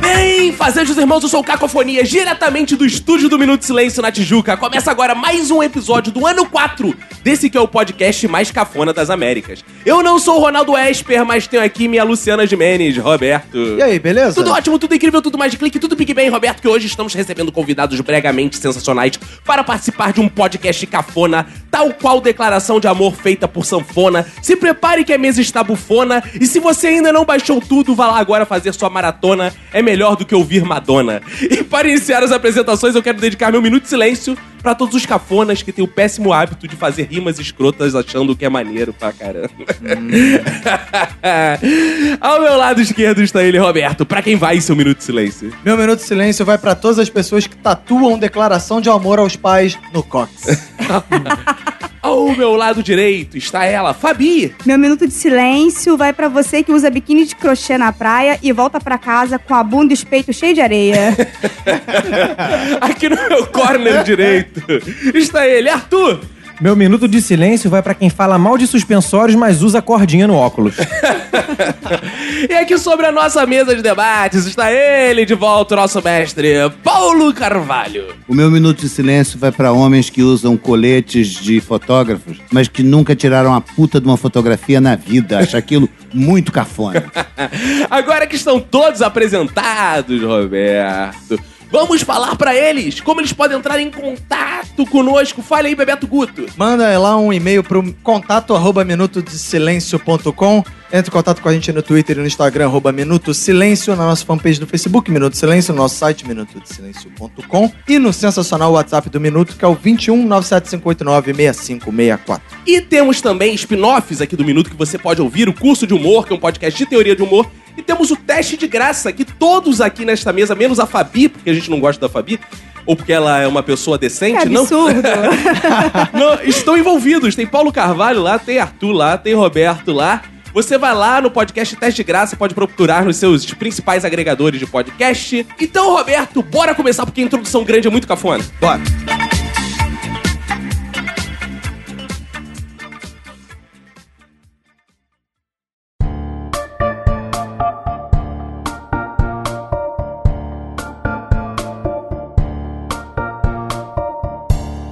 Bem, fazejos irmãos, eu sou o Cacofonia, diretamente do estúdio do Minuto de Silêncio na Tijuca. Começa agora mais um episódio do ano 4 desse que é o podcast mais cafona das Américas. Eu não sou o Ronaldo Esper, mas tenho aqui minha Luciana Jimenez, Roberto. E aí, beleza? Tudo ótimo, tudo incrível, tudo mais de clique, tudo Big Bang, Roberto, que hoje estamos recebendo convidados bregamente sensacionais para participar de um podcast cafona, tal qual declaração de amor feita por sanfona. Se prepare que a mesa está bufona, e se você ainda não baixou tudo, vá lá agora fazer sua maratona, é melhor do que ouvir Madonna. E para iniciar as apresentações, eu quero dedicar meu minuto de silêncio para todos os cafonas que têm o péssimo hábito de fazer rimas escrotas achando que é maneiro pra caramba. Ao meu lado esquerdo está ele, Roberto. Pra quem vai seu minuto de silêncio? Meu minuto de silêncio vai pra todas as pessoas que tatuam declaração de amor aos pais no Cox. Ao meu lado direito está ela, Fabi. Meu minuto de silêncio vai pra você que usa biquíni de crochê na praia e volta pra casa com a bunda e os peitos cheios de areia. Aqui no meu corner direito está ele, Arthur. Meu minuto de silêncio vai pra quem fala mal de suspensórios, mas usa cordinha no óculos. E aqui sobre a nossa mesa de debates está ele de volta, o nosso mestre, Paulo Carvalho. O meu minuto de silêncio vai pra homens que usam coletes de fotógrafos, mas que nunca tiraram a puta de uma fotografia na vida. Acho aquilo muito cafona. Agora que estão todos apresentados, Roberto, vamos falar pra eles como eles podem entrar em contato conosco. Fale aí, Bebeto Guto. Manda lá um e-mail pro contato arroba minutodesilencio.com. Entre em contato com a gente no Twitter e no Instagram, arroba Minuto Silêncio, na nossa fanpage do Facebook, Minuto Silêncio, no nosso site, minutodesilencio.com e no sensacional WhatsApp do Minuto, que é o 21 97589 6564. E temos também spin-offs aqui do Minuto que você pode ouvir, o curso de humor, que é um podcast de teoria de humor. E temos o teste de graça, que todos aqui nesta mesa, menos a Fabi, porque a gente não gosta da Fabi, ou porque ela é uma pessoa Que decente, não, absurdo. não, estão envolvidos. Tem Paulo Carvalho lá, tem Arthur lá, tem Roberto lá. Você vai lá no podcast Teste de Graça, pode procurar nos seus principais agregadores de podcast. Então, Roberto, bora começar, porque a introdução grande é muito cafona. Bora.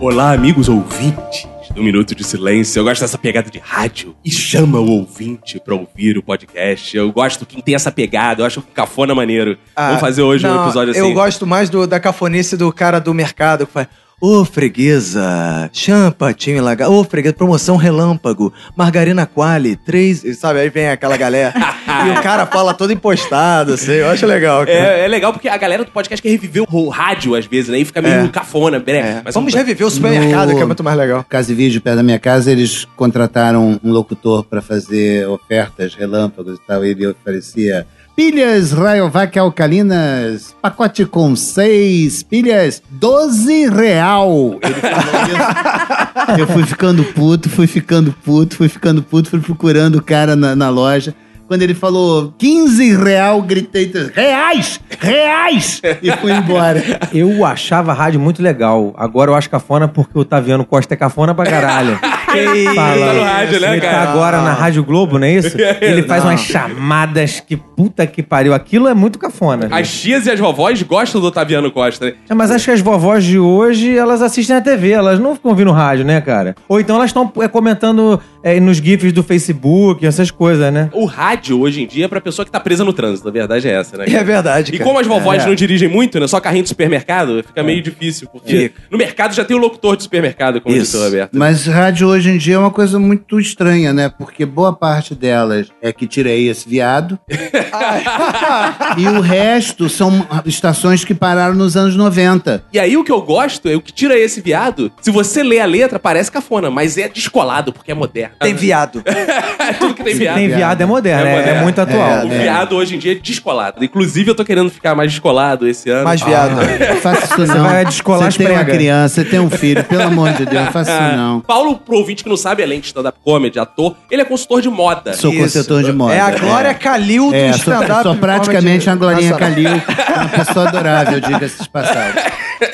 Olá, amigos ouvintes do Minuto de Silêncio. Eu gosto dessa pegada de rádio e chama o ouvinte pra ouvir o podcast. Eu gosto quem tem essa pegada, eu acho um cafona maneiro. Vamos fazer hoje um Ah, não, episódio assim. Eu gosto mais do- da cafonice do cara do mercado que faz. Ô, freguesa, champa, time lagar. Ô, freguesa, promoção relâmpago, margarina quali, três. e Sabe, aí vem aquela galera. e o cara fala todo impostado, assim. Eu acho legal. cara. É, é legal porque a galera do podcast quer reviver o rádio às vezes, né? E fica meio É. cafona, breve. É, Vamos reviver o supermercado, No- que é muito mais legal. Casa e Vídeo, perto da minha casa, eles contrataram um locutor pra fazer ofertas, relâmpagos e tal. E ele oferecia pilhas Rayovac alcalinas, pacote com seis pilhas, 12 real. Ele falou isso. Eu fui ficando puto, fui ficando puto, fui ficando puto, fui procurando o cara na, na loja. Quando ele falou 15 real, gritei, reais, reais, e fui embora. Eu achava a rádio muito legal. Agora eu acho cafona porque o Taviano Costa é cafona pra caralho. Que tá no Fala, rádio, né, ele tá cara? agora na Rádio Globo, não é isso? Ele faz Não. umas chamadas que puta que pariu. Aquilo é muito cafona. As tias e as vovós gostam do Otaviano Costa, né? É, mas acho que as vovós de hoje, elas assistem a TV, elas não ficam ouvindo rádio, né, cara? Ou então elas estão comentando é, nos GIFs do Facebook, essas coisas, né? O rádio hoje em dia é pra pessoa que tá presa no trânsito, a verdade é essa, né? É verdade, E cara. como as vovós É. não dirigem muito, né? Só carrinho de supermercado, É. fica meio difícil, porque Fica. no mercado já tem o locutor de supermercado, como disse Isso. o Roberto. Mas rádio hoje em dia é uma coisa muito estranha, né? Porque boa parte delas é que tirei esse viado. e o resto são estações que pararam nos anos 90. E aí o que eu gosto é o que tira esse viado. Se você lê a letra, parece cafona, mas é descolado, porque é moderno. Tem viado. Tudo que tem viado. Tem viado é moderno, É é, é moderno. muito atual. O É. viado hoje em dia é descolado. Inclusive, eu tô querendo ficar mais descolado esse ano. Mais viado. Não faça isso não. vai descolar as Você tem uma pregas. criança, você tem um filho, pelo amor de Deus, não faça Ah, isso não. Ah, Paulo, pro ouvinte que não sabe, além de stand-up comedy, ator, ele é consultor de moda. Sou Isso. consultor de moda. É a Glória Calil do É, sou, stand-up. sou praticamente comedy uma Glorinha nacional. Calil, uma pessoa adorável, diga-se de passagem.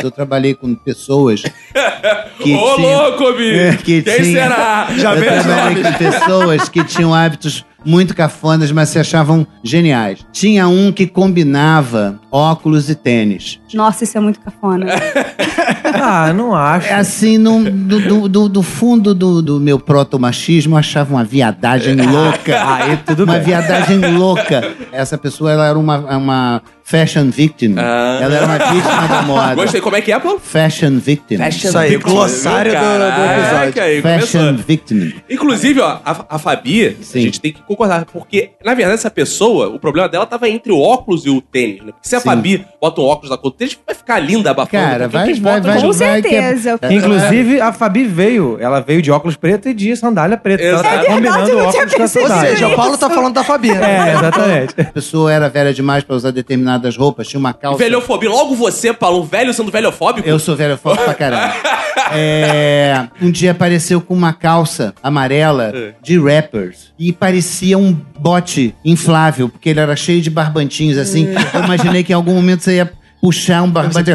Eu trabalhei com pessoas que Ô, tinham... louco, bicho! É, que Quem tinha- será? eu trabalhei com pessoas que tinham hábitos muito cafonas, mas se achavam geniais. Tinha um que combinava óculos e tênis. Nossa, isso é muito cafona. Ah, não acho. É Assim, no, do, do- do- do fundo do, do meu proto-machismo, eu achava uma viadagem louca. Aí tudo uma bem. viadagem louca. Essa pessoa ela era uma, uma fashion victim. Ah. Ela era uma vítima da moda. Gostei. Como é que é, Paulo? Fashion victim. Fashion, É Isso aí, Victim. glossário do- do Caraca, episódio. aí, começou. victim. Inclusive, ó, a, a Fabi, Sim. a gente tem que concordar, porque, na verdade, essa pessoa, o problema dela tava entre o óculos e o tênis, né? Porque se a Sim. Fabi bota um óculos da cor do tênis, vai ficar linda abafando. Cara, Então, quem vai- bota vai- um Com óculos- vai que- certeza. É, É. Inclusive, a Fabi veio. Ela veio de óculos preto e de sandália preta. Exato. É Ela tá verdade, eu combinando não tinha óculos com a percebido Ou sandália. seja, o Paulo tá falando da Fabiana. É, exatamente. A pessoa era velha demais pra usar determinadas roupas, tinha uma calça. Velhofobia. Logo você, Paulo, um velho sendo velhofóbico. Eu sou velho forte pra caralho. É, um dia apareceu com uma calça amarela de rappers e parecia um bote inflável, porque ele era cheio de barbantinhos assim. Eu imaginei que em algum momento você ia puxar um barbante.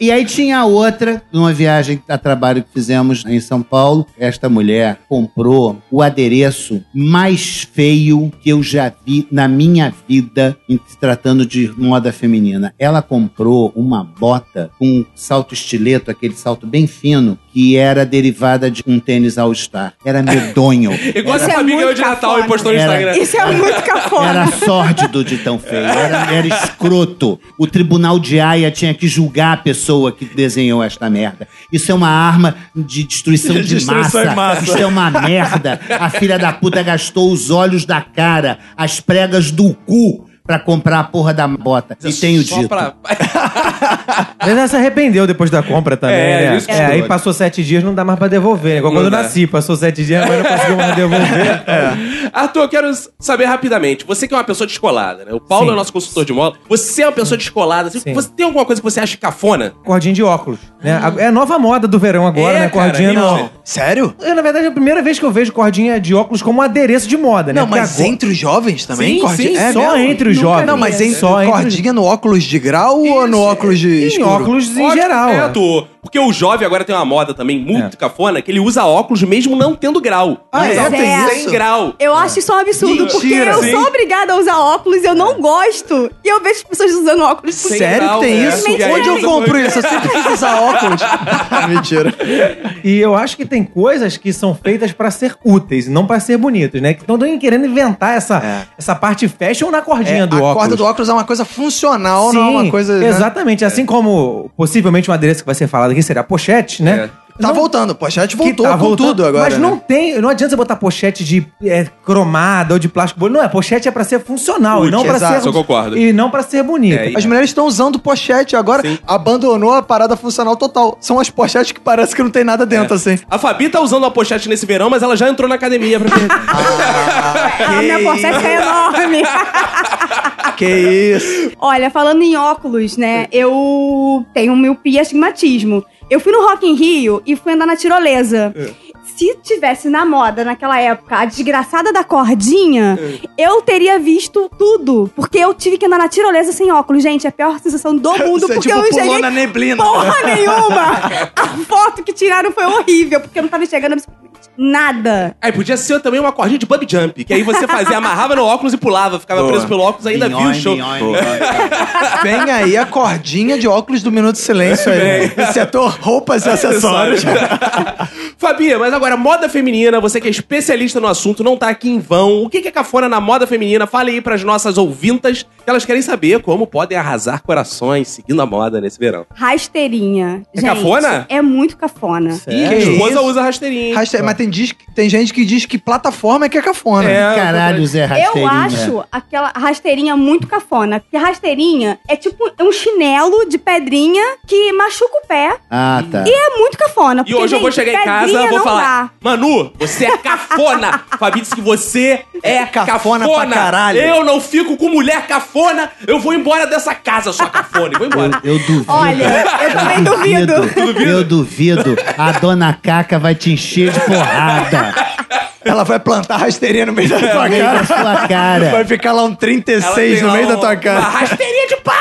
E aí tinha a outra, numa viagem a trabalho que fizemos em São Paulo. Esta mulher comprou o adereço mais feio que eu já vi na minha vida em se tratando de moda feminina. Ela comprou uma bota com um salto estileto, aquele salto bem fino, que era derivada de um tênis All-Star. Era medonho. Igual essa Isso é Fabi muito ganhou de Natal e cafona. postou no Era- Instagram. Isso é muito cafona. Era sórdido de tão feio, era, era escroto. O tribunal de Haia tinha que julgar a pessoa que desenhou esta merda. Isso é uma arma de destruição de, destruição massa. em massa. Isso é uma merda. A filha da puta gastou os olhos da cara, as pregas do cu. Pra comprar a porra da bota. E tenho Só dito. pra- Mas ela se arrependeu depois da compra também, É, né? isso que é, escroto. aí passou sete dias, não dá mais pra devolver. né? Igual Não quando eu dá. É. nasci, passou sete dias, mas não conseguiu mais devolver. Arthur, eu quero saber rapidamente. Você que é uma pessoa descolada, né? O Paulo Sim. é nosso consultor de moda. Você é uma pessoa descolada. assim, Sim. Você tem alguma coisa que você acha cafona? Cordinha de óculos, né? É a nova moda do verão agora, É, né? cara, Cordinha isso. no... Sério? Eu, na verdade, é a primeira vez que eu vejo cordinha de óculos como um adereço de moda, né? Não, Porque mas agora- é entre os jovens também? Sim, cordinha? sim, é só mesmo? entre os Nunca jovens. Não, mas Sim, em só entre os- cordinha no óculos de grau ou no óculos de Em escuro? óculos em Óculos, geral. É, ó. Arthur. Porque o jovem agora tem uma moda também muito É. cafona que ele usa óculos mesmo não tendo grau. Ah, Ele é? usa Tem óculos isso? Sem grau. Eu acho isso um absurdo, porque Mentira. eu Sim. sou obrigada a usar óculos, eu não gosto. E eu vejo as pessoas usando óculos Sim. sem- Sério que tem É, isso? e aí Onde eu você compro foi- isso? Eu sempre quis usar óculos. Mentira. E eu acho que tem coisas que são feitas pra ser úteis, não pra ser bonitas, né? Que estão querendo inventar essa, É. essa parte fashion na cordinha É, do a óculos. corda do óculos é uma coisa funcional, não é uma coisa... né? Exatamente. Assim como possivelmente um adereço que vai ser falado aqui será pochete, né? Tá Não- voltando, pochete que voltou tá com voltando, tudo agora. Mas não né? tem. Não adianta você botar pochete de é, cromada ou de plástico bolha. Não, é pochete é pra ser funcional e não pra exato. ser. Eu concordo. E não pra ser bonita. É, e- As mulheres estão usando pochete agora, abandonou a parada funcional total. São as pochetes que parece que não tem nada dentro, É. assim. A Fabi tá usando uma pochete nesse verão, mas ela já entrou na academia pra A minha porceta é enorme. Que isso? Olha, falando em óculos, né? Eu tenho um miopia e astigmatismo. Eu fui no Rock in Rio e fui andar na tirolesa. É. Se tivesse na moda naquela época a desgraçada da cordinha, É. eu teria visto tudo. Porque eu tive que andar na tirolesa sem óculos, gente. É a pior sensação do mundo, Você, tipo, porque eu não pulou enxerguei na neblina. porra nenhuma. A foto que tiraram foi horrível, porque eu não tava enxergando absolutamente nada. Aí podia ser também uma cordinha de bug jump, que aí você fazia, amarrava no óculos e pulava, ficava Boa. preso pelo óculos e ainda viu o show. Vem aí a cordinha de óculos do Minuto de Silêncio aí. né? Setor roupas e acessórios. Fabia, mas agora, moda feminina, você que é especialista no assunto, não tá aqui em vão. O que que é cafona na moda feminina? Fale aí pras nossas ouvintas, que elas querem saber como podem arrasar corações seguindo a moda nesse verão. Rasteirinha. É gente, cafona? É muito cafona. Ih, a Que esposa isso? usa rasteirinha. hein? Raste- mas tem, diz, tem gente que diz que plataforma é que é cafona. É, Caralho, Zé Rasteirinha. Eu acho aquela rasteirinha muito cafona. Porque rasteirinha é tipo um chinelo de pedrinha que machuca o pé. Ah, tá. É muito cafona. E porque, hoje eu vou gente, chegar em casa pedrinha vou não falar: dá. Manu, você é cafona. Fabi disse que você é Cafona cafona. pra caralho. Eu não fico com mulher cafona. Eu vou embora dessa casa, sua cafona. Eu vou embora. Eu duvido. Olha, eu também duvido. Eu duvido. A dona Caca vai te encher de porrada. Ela vai plantar rasteirinha no meio da tua No meio da cara. sua Vai cara. ficar lá um Ela 36 tem no lá meio da um- tua cara. Uma rasteirinha de pau!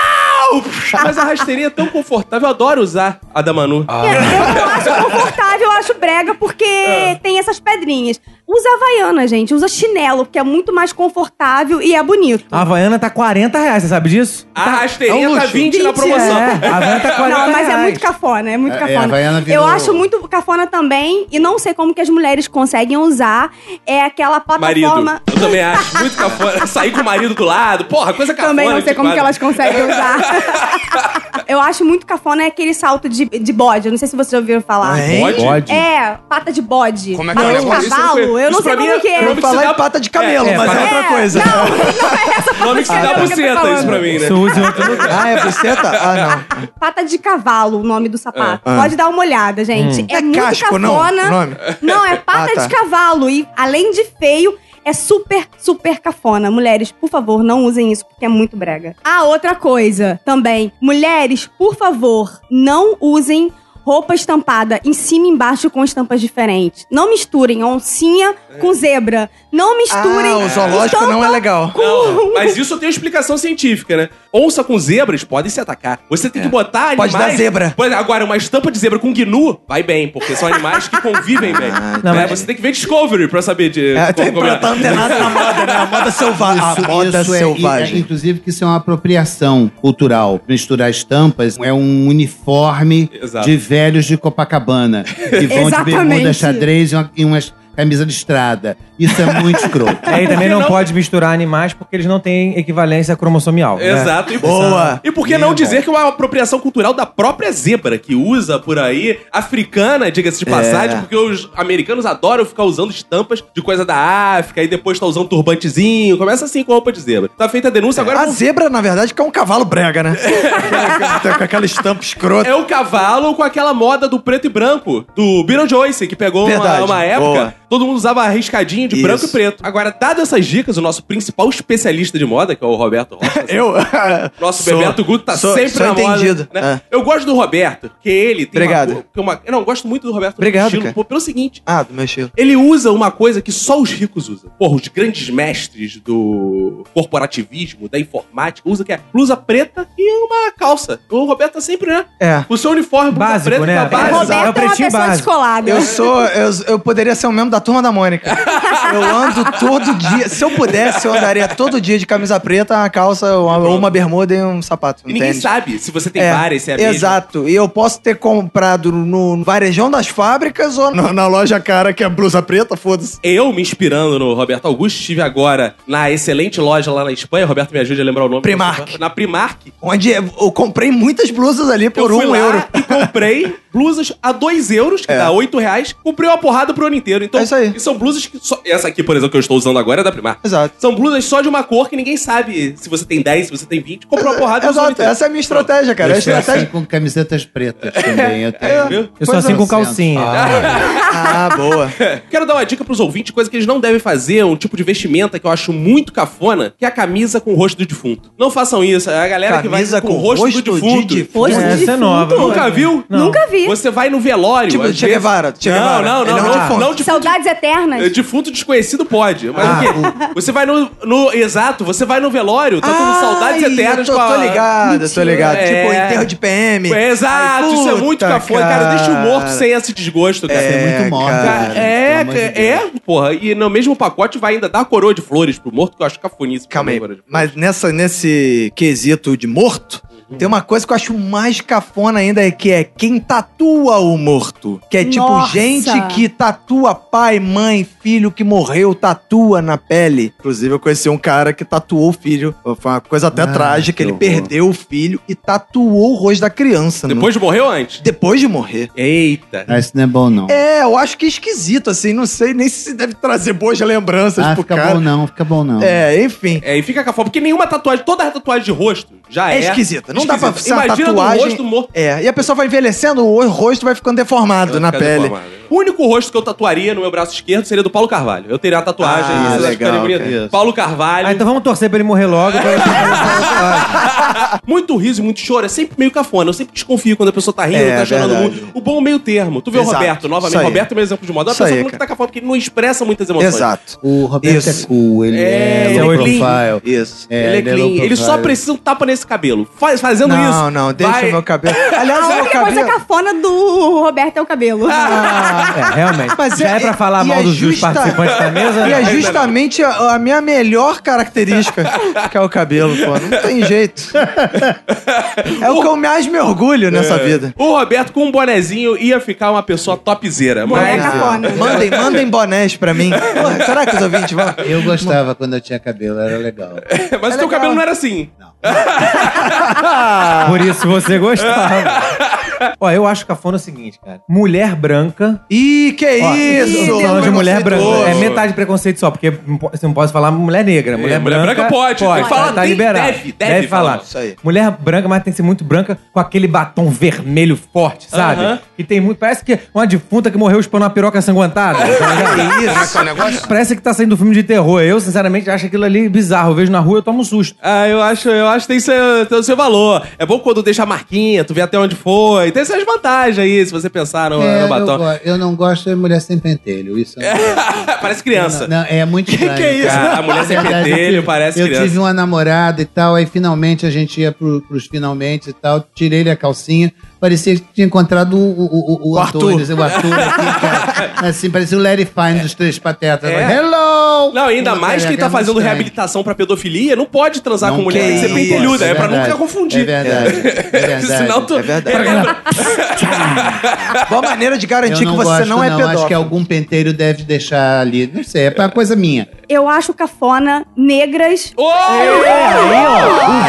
Mas a rasteirinha é tão confortável, eu adoro usar a da Manu. Eu não acho confortável, eu acho brega, porque É. tem essas pedrinhas. Usa Havaiana, gente. Usa chinelo, porque é muito mais confortável e é bonito. A Havaiana tá 40 reais, você sabe disso? A rasteirinha é um tá luxo. 20 na promoção. É, a Havaiana tá 40 Não, mas reais. é muito cafona, é muito É, é, a cafona. Havaiana virou- Eu acho muito cafona também, e não sei como que as mulheres conseguem usar. É aquela Marido. plataforma. Eu também acho. Muito cafona. Sair com o marido do lado. Porra, coisa cafona. Também não sei tipo, como que ah, elas conseguem usar. eu acho muito cafona é aquele salto de, de bode. Eu não sei se vocês já ouviram falar. Hein? Pode? Pode. É, pata de bode. Como é que pata é o de negócio? cavalo. Isso eu não eu não sei conheço. Isso pra mim como que é- é. Eu pra mim ia se falar dá- em pata de camelo, É, é, mas é, pata- outra É, coisa. Não, não é essa pata Nome de que se dá cavalo que eu tô buceta isso falando. pra mim, né? Você usa em outro lugar. Ah, é buceta? Ah, não. Pata de cavalo, o nome do sapato. Ah. Pode dar uma olhada, gente. É, Não é muito casco, não, cafona. o nome? Não, é pata Ah, tá. de cavalo. E além de feio, é super, super cafona. Mulheres, por favor, não usem isso, porque é muito brega. Ah, outra coisa também. Mulheres, por favor, não usem roupa estampada em cima e embaixo com estampas diferentes. Não misturem oncinha com zebra. Não misturem. então Ah, o zoológico estampa não é legal. Não, mas isso tem explicação científica, né? Onça com zebras podem se atacar. Você tem que botar animais... Pode dar zebra. Pois é, Agora, uma estampa de zebra com gnu vai bem, porque são animais que convivem bem. não, Né? mas- Você tem que ver Discovery pra saber de... Ah, É, tem como combinar. plantando antenado na moda, né? A moda selvagem. a moda isso é- selvagem. é- inclusive, que isso é uma apropriação cultural. Misturar estampas é um uniforme Exato. de velhos de Copacabana. Que vão de Exatamente. bermuda, xadrez e uma, e uma camisa de estrada. Isso é muito escroto. É, e também Porque não, não- pode misturar animais porque eles não têm equivalência cromossomial. né? Exato. E, Boa. E por que não dizer que é uma apropriação cultural da própria zebra, que usa por aí, africana, diga-se É. de passagem, porque os americanos adoram ficar usando estampas de coisa da África e depois tá usando turbantezinho. Começa assim com roupa de zebra. Tá feita a denúncia, agora É. A vamos- zebra, na verdade, que é um cavalo brega, né? Com aquela estampa escrota. é o cavalo com aquela moda do preto e branco, do Beetlejuice, que pegou uma, Verdade. uma época. Boa. Todo mundo usava arriscadinho de Isso. branco e preto. Agora, dado essas dicas, o nosso principal especialista de moda, que é o Roberto Rocha, Eu? Nosso Sou- Bebeto Guto tá sou- sempre sou na moda. entendido. né? É. Eu gosto do Roberto, que ele tem Obrigado. uma... que uma- eu Não, eu gosto muito do Roberto. Obrigado, estilo, cara. pô, pelo seguinte, Ah, do meu estilo. ele usa uma coisa que só os ricos usam. Porra, os grandes mestres do corporativismo, da informática, usam que é blusa preta e uma calça. O Roberto tá sempre, né? É. O seu uniforme, blusa Básico, preta, tá né? O básico. Roberto É é o uma pretinho pessoa básico. descolada. Eu tipo sou. Eu, eu poderia ser um membro da turma da Mônica. Eu ando todo dia. Se eu pudesse, eu andaria todo dia de camisa preta, uma calça, uma, uma bermuda e um sapato. um E ninguém tênis. sabe se você tem É, várias, se é a mesma. Exato. E eu posso ter comprado no varejão das fábricas ou na, na loja cara que é blusa preta, foda-se. Eu, me inspirando no Roberto Augusto, estive agora na excelente loja lá na Espanha. Roberto, me ajude a lembrar o nome. Primark. Na Primark. Onde eu eu comprei muitas blusas ali por eu fui um lá euro. E comprei blusas a 2 euros, que É. dá 8 reais. Comprei uma porrada pro ano inteiro. Então, É isso aí. e são blusas que. Só, essa aqui, por exemplo, que eu estou usando agora é da Primar. Exato. São blusas só de uma cor que ninguém sabe se você tem 10, se você tem 20. Comprou uma porrada e usou o ano Exato. inteiro. Essa é a minha estratégia, cara. É a Eu sou assim estratégia. com camisetas pretas também. Eu tenho. Viu? Eu sou Pois assim é. com calcinha. Ah, boa. Quero dar uma dica pros ouvintes, coisa que eles não devem fazer, um tipo de vestimenta que eu acho muito cafona, que é a camisa com o rosto do defunto. Não façam isso, é a galera Camisa que vai com, com o rosto, rosto do de defunto. defunto. Hoje Essa é de nova. Nunca viu? Não. Nunca vi. Você vai no velório. Tipo, às Che vezes- Guevara, Che Não, Guevara. não, não. Ele é um Não, defunto. não defunto. Saudades eternas. É, Defunto desconhecido pode, mas Ah, o quê? Você vai no, no- Exato, você vai no velório, tá Ah, tendo saudades eu eternas tô, com a- tô ligado, tô ligado. É. Tipo, enterro de PM. É, Exato, Ai, isso é puta, muito cafona, cara. Deixa o morto sem esse desgosto, cara. É muito Ah, morta, Cara, cara, é, pelo amor de é, Deus. é, porra. E no mesmo pacote vai ainda dar a coroa de flores pro morto, que eu acho cafoníssimo. Calma aí. Coroa de flores. Mas nessa, nesse quesito de morto, Uhum. Tem uma coisa que eu acho mais cafona ainda, é que é quem tatua o morto. Que é tipo Nossa! gente que tatua pai, mãe, filho que morreu, tatua na pele. Inclusive, eu conheci um cara que tatuou o filho. Foi uma coisa até Ah, trágica. que Ele horror. perdeu o filho e tatuou o rosto da criança. Depois de morrer ou antes? no- Depois de morrer. Eita. Ah, isso não é bom, não. É, eu acho que é esquisito, assim. Não sei nem se deve trazer boas lembranças ah, pro fica cara. bom não, fica bom não. É, enfim. É, e fica com a foto, porque nenhuma tatuagem, toda a tatuagem de rosto já é. É esquisita. Não dá pra esquisita. ser uma Imagina tatuagem- do rosto morto. É, e a pessoa vai envelhecendo, o rosto vai ficando deformado na Fica pele. deformado. O único rosto que eu tatuaria no meu braço esquerdo seria do Paulo Carvalho. Eu teria a tatuagem. Ah, isso eu acho legal, que ficaria cara, bonito. isso. Paulo Carvalho. Ah, então vamos torcer pra ele morrer logo. pra ele fazer Muito riso e muito choro é sempre meio cafona. Eu sempre desconfio quando a pessoa tá rindo, É, tá chorando verdade. muito. O bom é o meio termo. Tu vê o Exato. Roberto, novamente. Isso aí. Roberto é meu exemplo de moda. É uma Isso aí, pessoa que cara. tá cafona porque ele não expressa muitas emoções. Exato. O Roberto Isso. é cool, ele É, é, ele é low clean. profile. Isso. ele é clean. low Ele só profile. precisa um tapa nesse cabelo. Faz, fazendo não, isso. não, deixa vai- o meu cabelo. A Aliás, o meu única coisa cabelo. cafona do Roberto é o cabelo. É, realmente. Mas Já é, pra falar e mal é dos, dos justa- participantes da mesa? E é né? justamente a, a minha melhor característica, que é o cabelo, pô. Não tem jeito. É o que eu mais me orgulho É. nessa vida. O Roberto com um bonezinho ia ficar uma pessoa topzera. É Mas cafona. Mandem, mandem bonés pra mim. Porra, será que os ouvintes vão? Eu gostava quando eu tinha cabelo, era legal. Tá Mas o teu cabelo não era assim. Por isso você gostava. Ó, eu acho cafona é o seguinte, cara. Mulher branca. Ih, que Ó, isso! tô falando de mulher branca. preconceituoso. É metade preconceito só, porque não po- você não pode falar mulher negra. Mulher, É, mulher branca pode, tem que falar, tá, tá tem- liberado. deve- deve falar. Isso aí. Mulher branca, mas tem que ser muito branca com aquele batom vermelho forte, sabe? Aham. Que tem muito. Parece que é uma defunta que morreu expondo uma piroca sanguentada. tá ligado? Parece que tá saindo um filme de terror. Eu, sinceramente, acho aquilo ali bizarro. Eu vejo na rua, eu tomo um susto. Ah, eu acho, eu acho que tem seu, tem seu valor. É bom quando deixa a marquinha, tu vê até onde foi. Tem essas vantagens aí, se você pensar no, É, no eu, um batom. go- eu não gosto de mulher sem pentelho, isso é Parece criança. Não, não, é muito estranho. que é isso? cara. A mulher sem Na verdade, eu pentelho tive- parece Eu criança. tive uma namorada e tal, aí finalmente a gente ia pro, pros finalmente e tal, tirei-lhe a calcinha, parecia que tinha encontrado o, o, o, o Arthur. Antônio, o Arthur aqui, cara. Assim, parecia o Larry Fine dos Três Patetas. É. Hello! Não, ainda Puta, mais quem cara, tá é fazendo muito estranho. reabilitação pra pedofilia, não pode transar Não com mulher, tem quer, que ser não pode, pentelhuda, é, pra não verdade. ficar confundido. É verdade, é verdade. Senão tu... É verdade. É Boa maneira de Eu garantir não que você gosto, não é pedófilo. Acho que algum penteiro deve deixar ali. Não sei, é pra coisa minha. Eu acho cafona negras. Ô!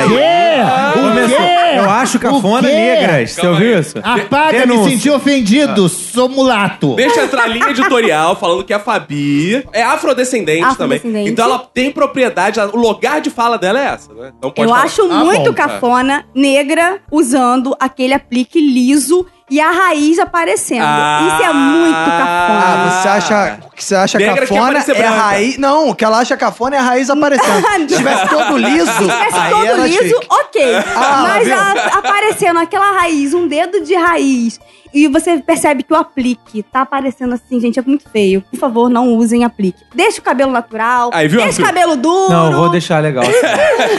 Começou. Eu acho cafona é O quê? negras. Você Calma ouviu aí. isso? Apaga, denúncia. me senti ofendido. Sou mulato. Deixa eu entrar a linha editorial falando que a Fabi é afrodescendente, também. Afrodescendente. Então ela tem propriedade, o lugar de fala dela é essa, né? Então pode eu falar. acho Ah, muito bom, tá. cafona negra usando aquele aplique liso e a raiz aparecendo. Ah. Isso é muito Ah, cafona. você acha o que você acha Negra que cafona aparece é a branca. raiz? Não, o que ela acha cafona é a raiz aparecendo. Se tivesse todo liso, Se tivesse é aí todo era liso, chique. ok. Ah, Mas viu? a- aparecendo aquela raiz, um dedo de raiz. E você percebe que o aplique tá aparecendo assim, gente, é muito feio. Por favor, não usem aplique. Deixa o cabelo natural. Aí, viu, deixa o Arthur? cabelo duro. Não, vou deixar legal. assim.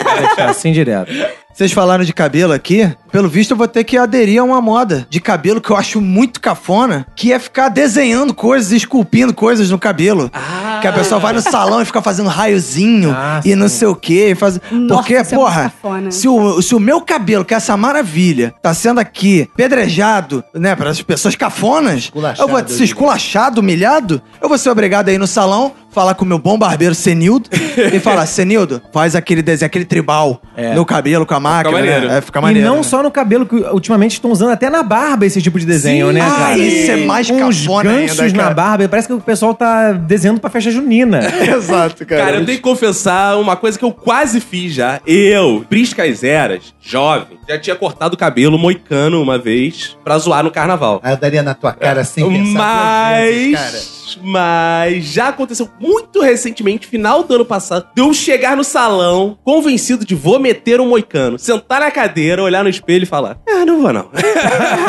Vou deixar assim direto. Vocês falaram de cabelo aqui? Pelo visto, eu vou ter que aderir a uma moda de cabelo que eu acho muito cafona, que é ficar desenhando coisas, esculpindo coisas no cabelo. Ah. Que a pessoa vai no salão e fica fazendo raiozinho Ah, e não sim. sei o quê. e Faz... Nossa, Porque, isso é muito porra, cafona. se o, se o meu cabelo, que é essa maravilha, tá sendo aqui pedrejado, né, para as pessoas cafonas, eu Esculachado, vou eu ser diria. esculachado, humilhado, eu vou ser obrigado a ir no salão, falar com o meu bom barbeiro Senildo e falar: Senildo, faz aquele desenho, aquele tribal É. no cabelo com a máquina. maneiro. né? É, fica E maneiro. não né? só no cabelo, que ultimamente estão usando até na barba esse tipo de desenho, Sim. né, Ah, cara? isso é mais Uns cafona ainda, ganchos na cara. barba, parece que o pessoal tá desenhando pra festa junina. Exato, cara. Cara, eu tenho que confessar uma coisa que eu quase fiz já. Eu, Priscas Eras, jovem, já tinha cortado o cabelo moicano uma vez pra zoar no carnaval. Aí eu daria na tua cara assim, é sem pensar duas vezes, cara. Mas. Mas já aconteceu muito recentemente, final do ano passado, de eu chegar no salão convencido de vou meter um moicano, sentar na cadeira, olhar no espelho e falar: É ah, não vou não.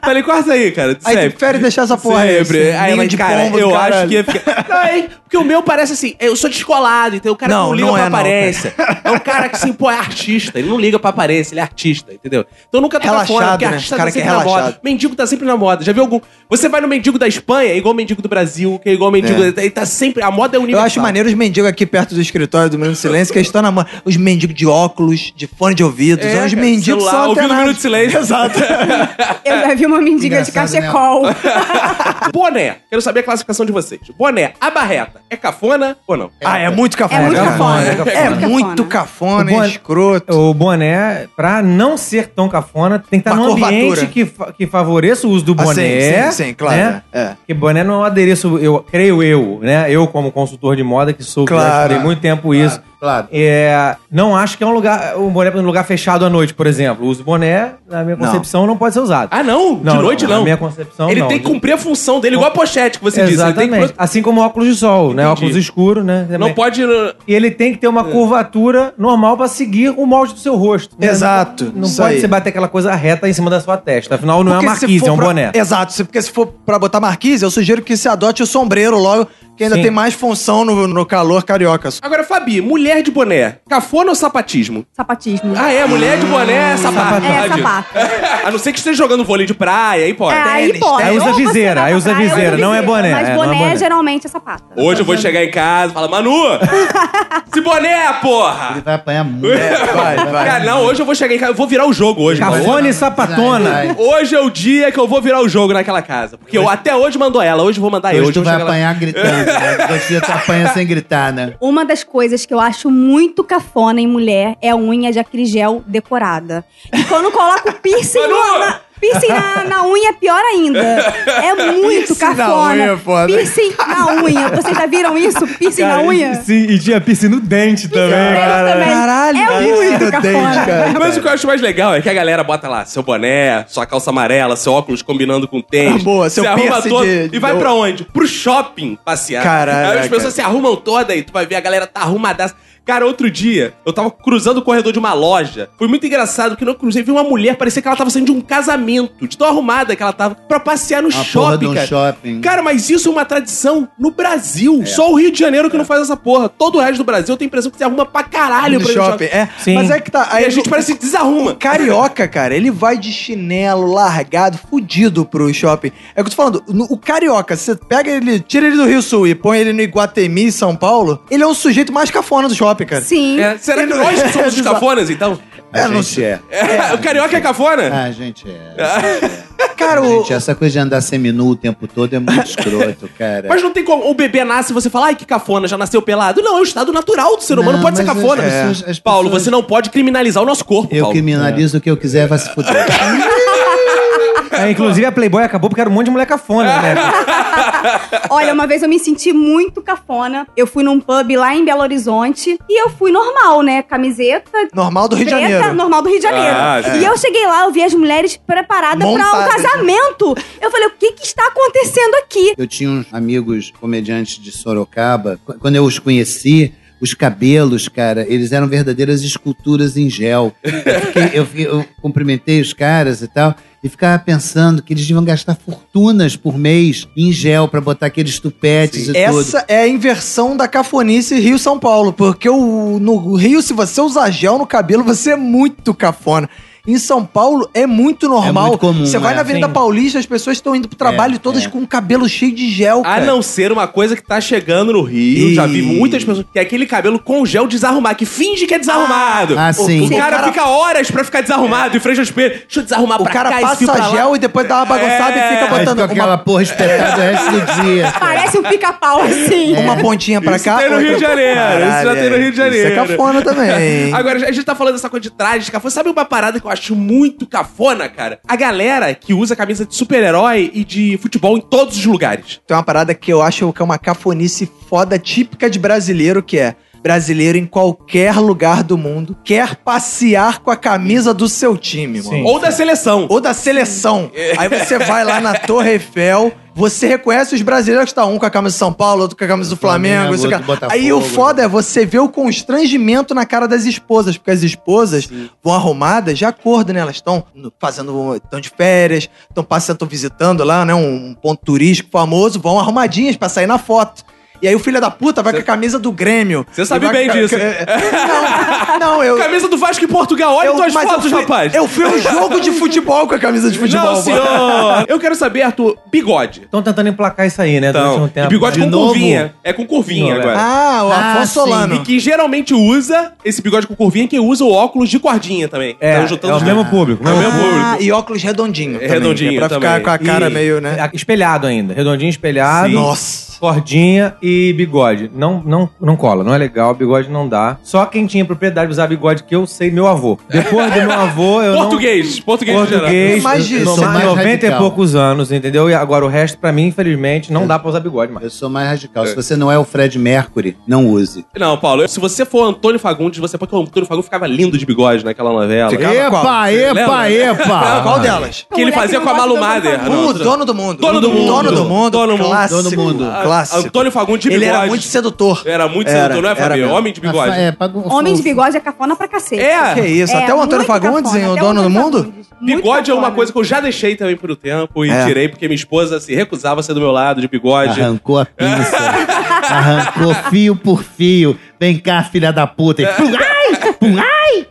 Falei, corta aí, cara. Aí sempre. prefere deixar essa porra aí, Sempre. esse Aí ninho ela, de cara, pombo do eu acho caralho. que ia ficar. Não, é, porque o meu parece assim, eu sou descolado, então o cara não, Não, liga não pra é não, aparência. é um cara que, assim, pô, é artista. Ele não liga pra aparência, ele é artista, entendeu? Então nunca tá pra fora, Relaxado, porque né? artista O cara tá que é sempre na moda. relaxado. Mendigo tá sempre na moda. Já viu algum? Você vai no mendigo da Espanha, é igual o mendigo do Brasil, que é igual o mendigo. Ele tá sempre. A moda é Eu universal. acho maneiro os mendigos aqui perto do escritório do Minuto de Silêncio, que eles estão na mão. Os mendigos de óculos, de fone de ouvido, É, são os cara, mendigos celular, só ouvindo alternados. Minuto de Silêncio. Exato. Eu já vi uma mendiga de Engraçado, né? cachecol. Boné. Quero saber a classificação de vocês. Boné, a barreta. É cafona ou não? Ah, é muito É cafona. muito cara. cafona. É, É muito muito cafona, O boné- escroto. O boné, pra não ser tão cafona, tem que estar Uma num ambiente curvatura. que, fa- que favoreça o uso do Ah, sim, boné. sim, sim, claro. né? É. Porque boné não é um adereço, eu creio eu, né? Eu, como consultor de moda, que sou, Claro. já estudei muito tempo isso. Claro. É, não acho que é um lugar, um boné num lugar fechado à noite, por exemplo. O uso do boné, na minha Não. concepção, não pode ser usado. Ah, não? Não, de noite não. Na minha concepção, ele não. tem que cumprir a função dele, igual a pochete que você disse. Ele Tipo tem Exatamente. que pro- Assim como óculos de sol, né? Entendi. Óculos escuro, né? Não Também. pode. uh, E ele tem que ter uma curvatura normal pra seguir o molde do seu rosto. né? Exato, Não, não isso pode aí. você bater aquela coisa reta em cima da sua testa. Afinal, não é Porque uma se marquise, for é um pra- boné. Exato, se- porque se for pra botar marquise, eu sugiro que se adote o sombreiro logo, que ainda Sim. tem mais função no, no calor carioca. Agora, Fabi, mulher de boné, cafona ou sapatismo? Sapatismo. Ah, é, mulher de boné é sapato. É, verdade. sapato. a não ser que esteja jogando vôlei de praia, aí pode. É, aí tênis, pode. tênis. Aí usa Ou você viseira, vai aí pra usa praia, viseira, não é boné, Mas é, não é boné, boné. geralmente é sapata. Hoje eu vou chegar em casa e falar, Manu, esse boné, Ele tá porra! vai apanhar muito. É. vai, vai. Cara, não, hoje eu vou chegar em casa, eu vou virar o jogo hoje. mano. Cafona e Vai, sapatona. vai. Hoje é o dia que eu vou virar o jogo naquela casa. Porque eu até hoje mandou ela, hoje eu vou mandar Hoje eu. Hoje tu eu vou vai chegar lá. apanhar gritando, né? Você tu apanha sem gritar, né? Uma das coisas que eu acho muito cafona em mulher é unha de acrigel decorada. E quando coloca o piercing, Manu! no- na, piercing na, na unha é pior ainda. É muito Piercing na cafona. unha é foda. Piercing na unha. Vocês já viram isso? Piercing na unha? Sim, e tinha piercing no dente também, cara. também. Caralho, é piercing muito no cafona. dente, cara. Mas o que eu acho mais legal é que a galera bota lá seu boné, sua calça amarela, seu óculos combinando com tênis. Ah, boa, seu se arruma piercing todo de- e vai de- pra onde? Pro shopping passear. Caralho, Aí as pessoas cara. se arrumam toda e tu vai ver a galera tá arrumadaça. Cara, outro dia, eu tava cruzando o corredor de uma loja. Foi muito engraçado que eu cruzei, vi uma mulher, parecia que ela tava saindo de um casamento, de tão arrumada que ela tava, pra passear no Uma porra de shopping, um cara. shopping. Cara, mas isso é uma tradição no Brasil. É. Só o Rio de Janeiro que não faz essa porra. Todo o resto do Brasil eu tenho a impressão que se arruma pra caralho No pra ir no shopping, é. Sim. Mas é que tá. Aí Aí a gente parece que desarruma. Carioca, cara, ele vai de chinelo largado, fudido pro shopping. É o que eu tô falando, no- o carioca, você pega ele, tira ele do Rio Sul e põe ele no Iguatemi, São Paulo, ele é o sujeito mais cafona do shopping, cara. Sim. É, será que nós que somos os cafonas, então? A É, gente não sei. é. o carioca é cafona? Ah, gente é. a gente é. Cara, o- Gente, essa coisa de andar seminu o tempo todo é muito escroto, cara. Mas não tem como. O bebê nasce e você fala, ai, que cafona, já nasceu pelado. Não, é o estado natural do ser humano, Não, pode ser mas as cafona. É. pessoas- as Paulo, pessoas- você não pode criminalizar o nosso corpo, Eu Paulo. criminalizo o que eu quiser, vai se fuder. É, inclusive, a Playboy acabou porque era um monte de mulher cafona, né? Olha, uma vez eu me senti muito cafona. Eu fui num pub lá em Belo Horizonte e eu fui normal, né? Camiseta. normal do Rio de preta, Janeiro. normal do Rio de Janeiro. Ah, E eu cheguei lá, eu vi as mulheres preparadas pra um Montadas. casamento. Eu falei, o que que está acontecendo aqui? Eu tinha uns amigos comediantes de Sorocaba. Qu- Quando eu os conheci, os cabelos, cara, eles eram verdadeiras esculturas em gel. Eu, fiquei- eu fiquei- eu cumprimentei os caras e tal, e ficava pensando que eles deviam gastar fortunas por mês em gel pra botar aqueles tupetes e tudo. Essa é a inversão da cafonice Rio-São Paulo, porque o, no Rio, se você usar gel no cabelo, você é muito cafona. Em São Paulo é muito normal. muito comum, você vai é, na Avenida sim. Paulista, as pessoas estão indo pro trabalho É, todas é. com o cabelo cheio de gel. A cara. Ah, não ser uma coisa que tá chegando no Rio, já vi Ih. muitas pessoas, que é aquele cabelo com gel desarrumado, que finge que é desarrumado. Ah, sim. O cara, O cara- fica horas pra ficar desarrumado em frente ao espelho. Deixa eu desarrumar O pra cara cá, esse fio pra passa lá. gel e depois dá uma bagunçada É. e fica Aí botando fica aquela uma, porra espetada o resto do dia. Parece um pica-pau assim. É. uma pontinha pra É. Isso cá. tem no outra- Rio de Janeiro, isso já tem no Rio de Janeiro. Isso é cafona também. Agora, a gente tá falando dessa coisa de trajes cafona. Sabe uma parada que eu acho muito cafona, cara? A galera que usa camisa de super-herói e de futebol em todos os lugares. Tem uma parada que eu acho que é uma cafonice foda típica de brasileiro, que é brasileiro em qualquer lugar do mundo quer passear com a camisa do seu time, mano. Sim. Ou da seleção. Ou da seleção. Aí você vai lá na Torre Eiffel, você reconhece os brasileiros que tá um com a camisa de São Paulo, outro com a camisa do Flamengo, Flamengo, isso aqui. outro do Aí o Botafogo. foda é você ver o constrangimento na cara das esposas, porque as esposas vão arrumadas de acordo, né? Elas estão fazendo, estão de férias, estão passando, estão visitando lá, né? Um ponto turístico famoso, vão arrumadinhas pra sair na foto. E aí o filho da puta vai com a camisa do Grêmio. Você sabe E vai bem com a- é, disso. Não, não, eu, Camisa do Vasco em Portugal, olha eu- tuas mas eu fotos, fui- rapaz. Eu fui a um jogo de futebol com a camisa de futebol. Não, mano. senhor. eu quero saber, Arthur, bigode. Estão tentando emplacar isso aí, né? Então, durante um tempo. e bigode De com novo? curvinha. É com curvinha Não, é. agora. Ah, o Ah, Afonso sim. Solano. E que geralmente usa esse bigode com curvinha, que usa o óculos de cordinha também. É, Então, é o os mesmo dois. público. É o mesmo mesmo público. Ah, e óculos redondinho. também, redondinho que é pra também. ficar com a cara meio, né? Ah, E- Espelhado ainda. Redondinho espelhado. Nossa. Cordinha e bigode. Não, não, não cola, não é legal, bigode não dá. Só quem tinha propriedade de usar bigode que eu sei, meu avô. Depois do meu avô, eu Português, não... português, geral. Português, Mais disso, no- mais 90 e radical. É. poucos anos, entendeu? E agora o resto, pra mim, infelizmente, não dá pra usar bigode mais. Eu sou mais radical. Se você não é o Fred Mercury, não use. Não, Paulo, se você for Antônio Fagundes, você pode que o Antônio Fagundes ficava lindo de bigode naquela novela. Epa, qual? epa, Tá Lembra? epa! Qual delas? Que ele Mulher fazia que com a não Malu gosta de Mader. dançar. é. Ah, não, O não. dono do mundo. Dono do mundo. Dono do mundo. Dono do mundo. Clássico. Dono do mundo. Ah, Clássico. Antônio Fagundes de Ele bigode. era muito sedutor. Era muito Era, sedutor, não é, era Fabio? mesmo. Homem de bigode. É, pago- Homem de bigode é cafona pra cacete. É. Que isso? É, Até o Antônio muito Fagundes, hein? cafona, O até dono do Antônio mundo? Fagundes. Muito Bigode é uma cafona. coisa que eu já deixei também por o tempo e É. tirei porque minha esposa se recusava a ser do meu lado de bigode. Arrancou a pinça. Arrancou fio por fio. Vem cá, filha da puta. E pum, ai, pum, ai.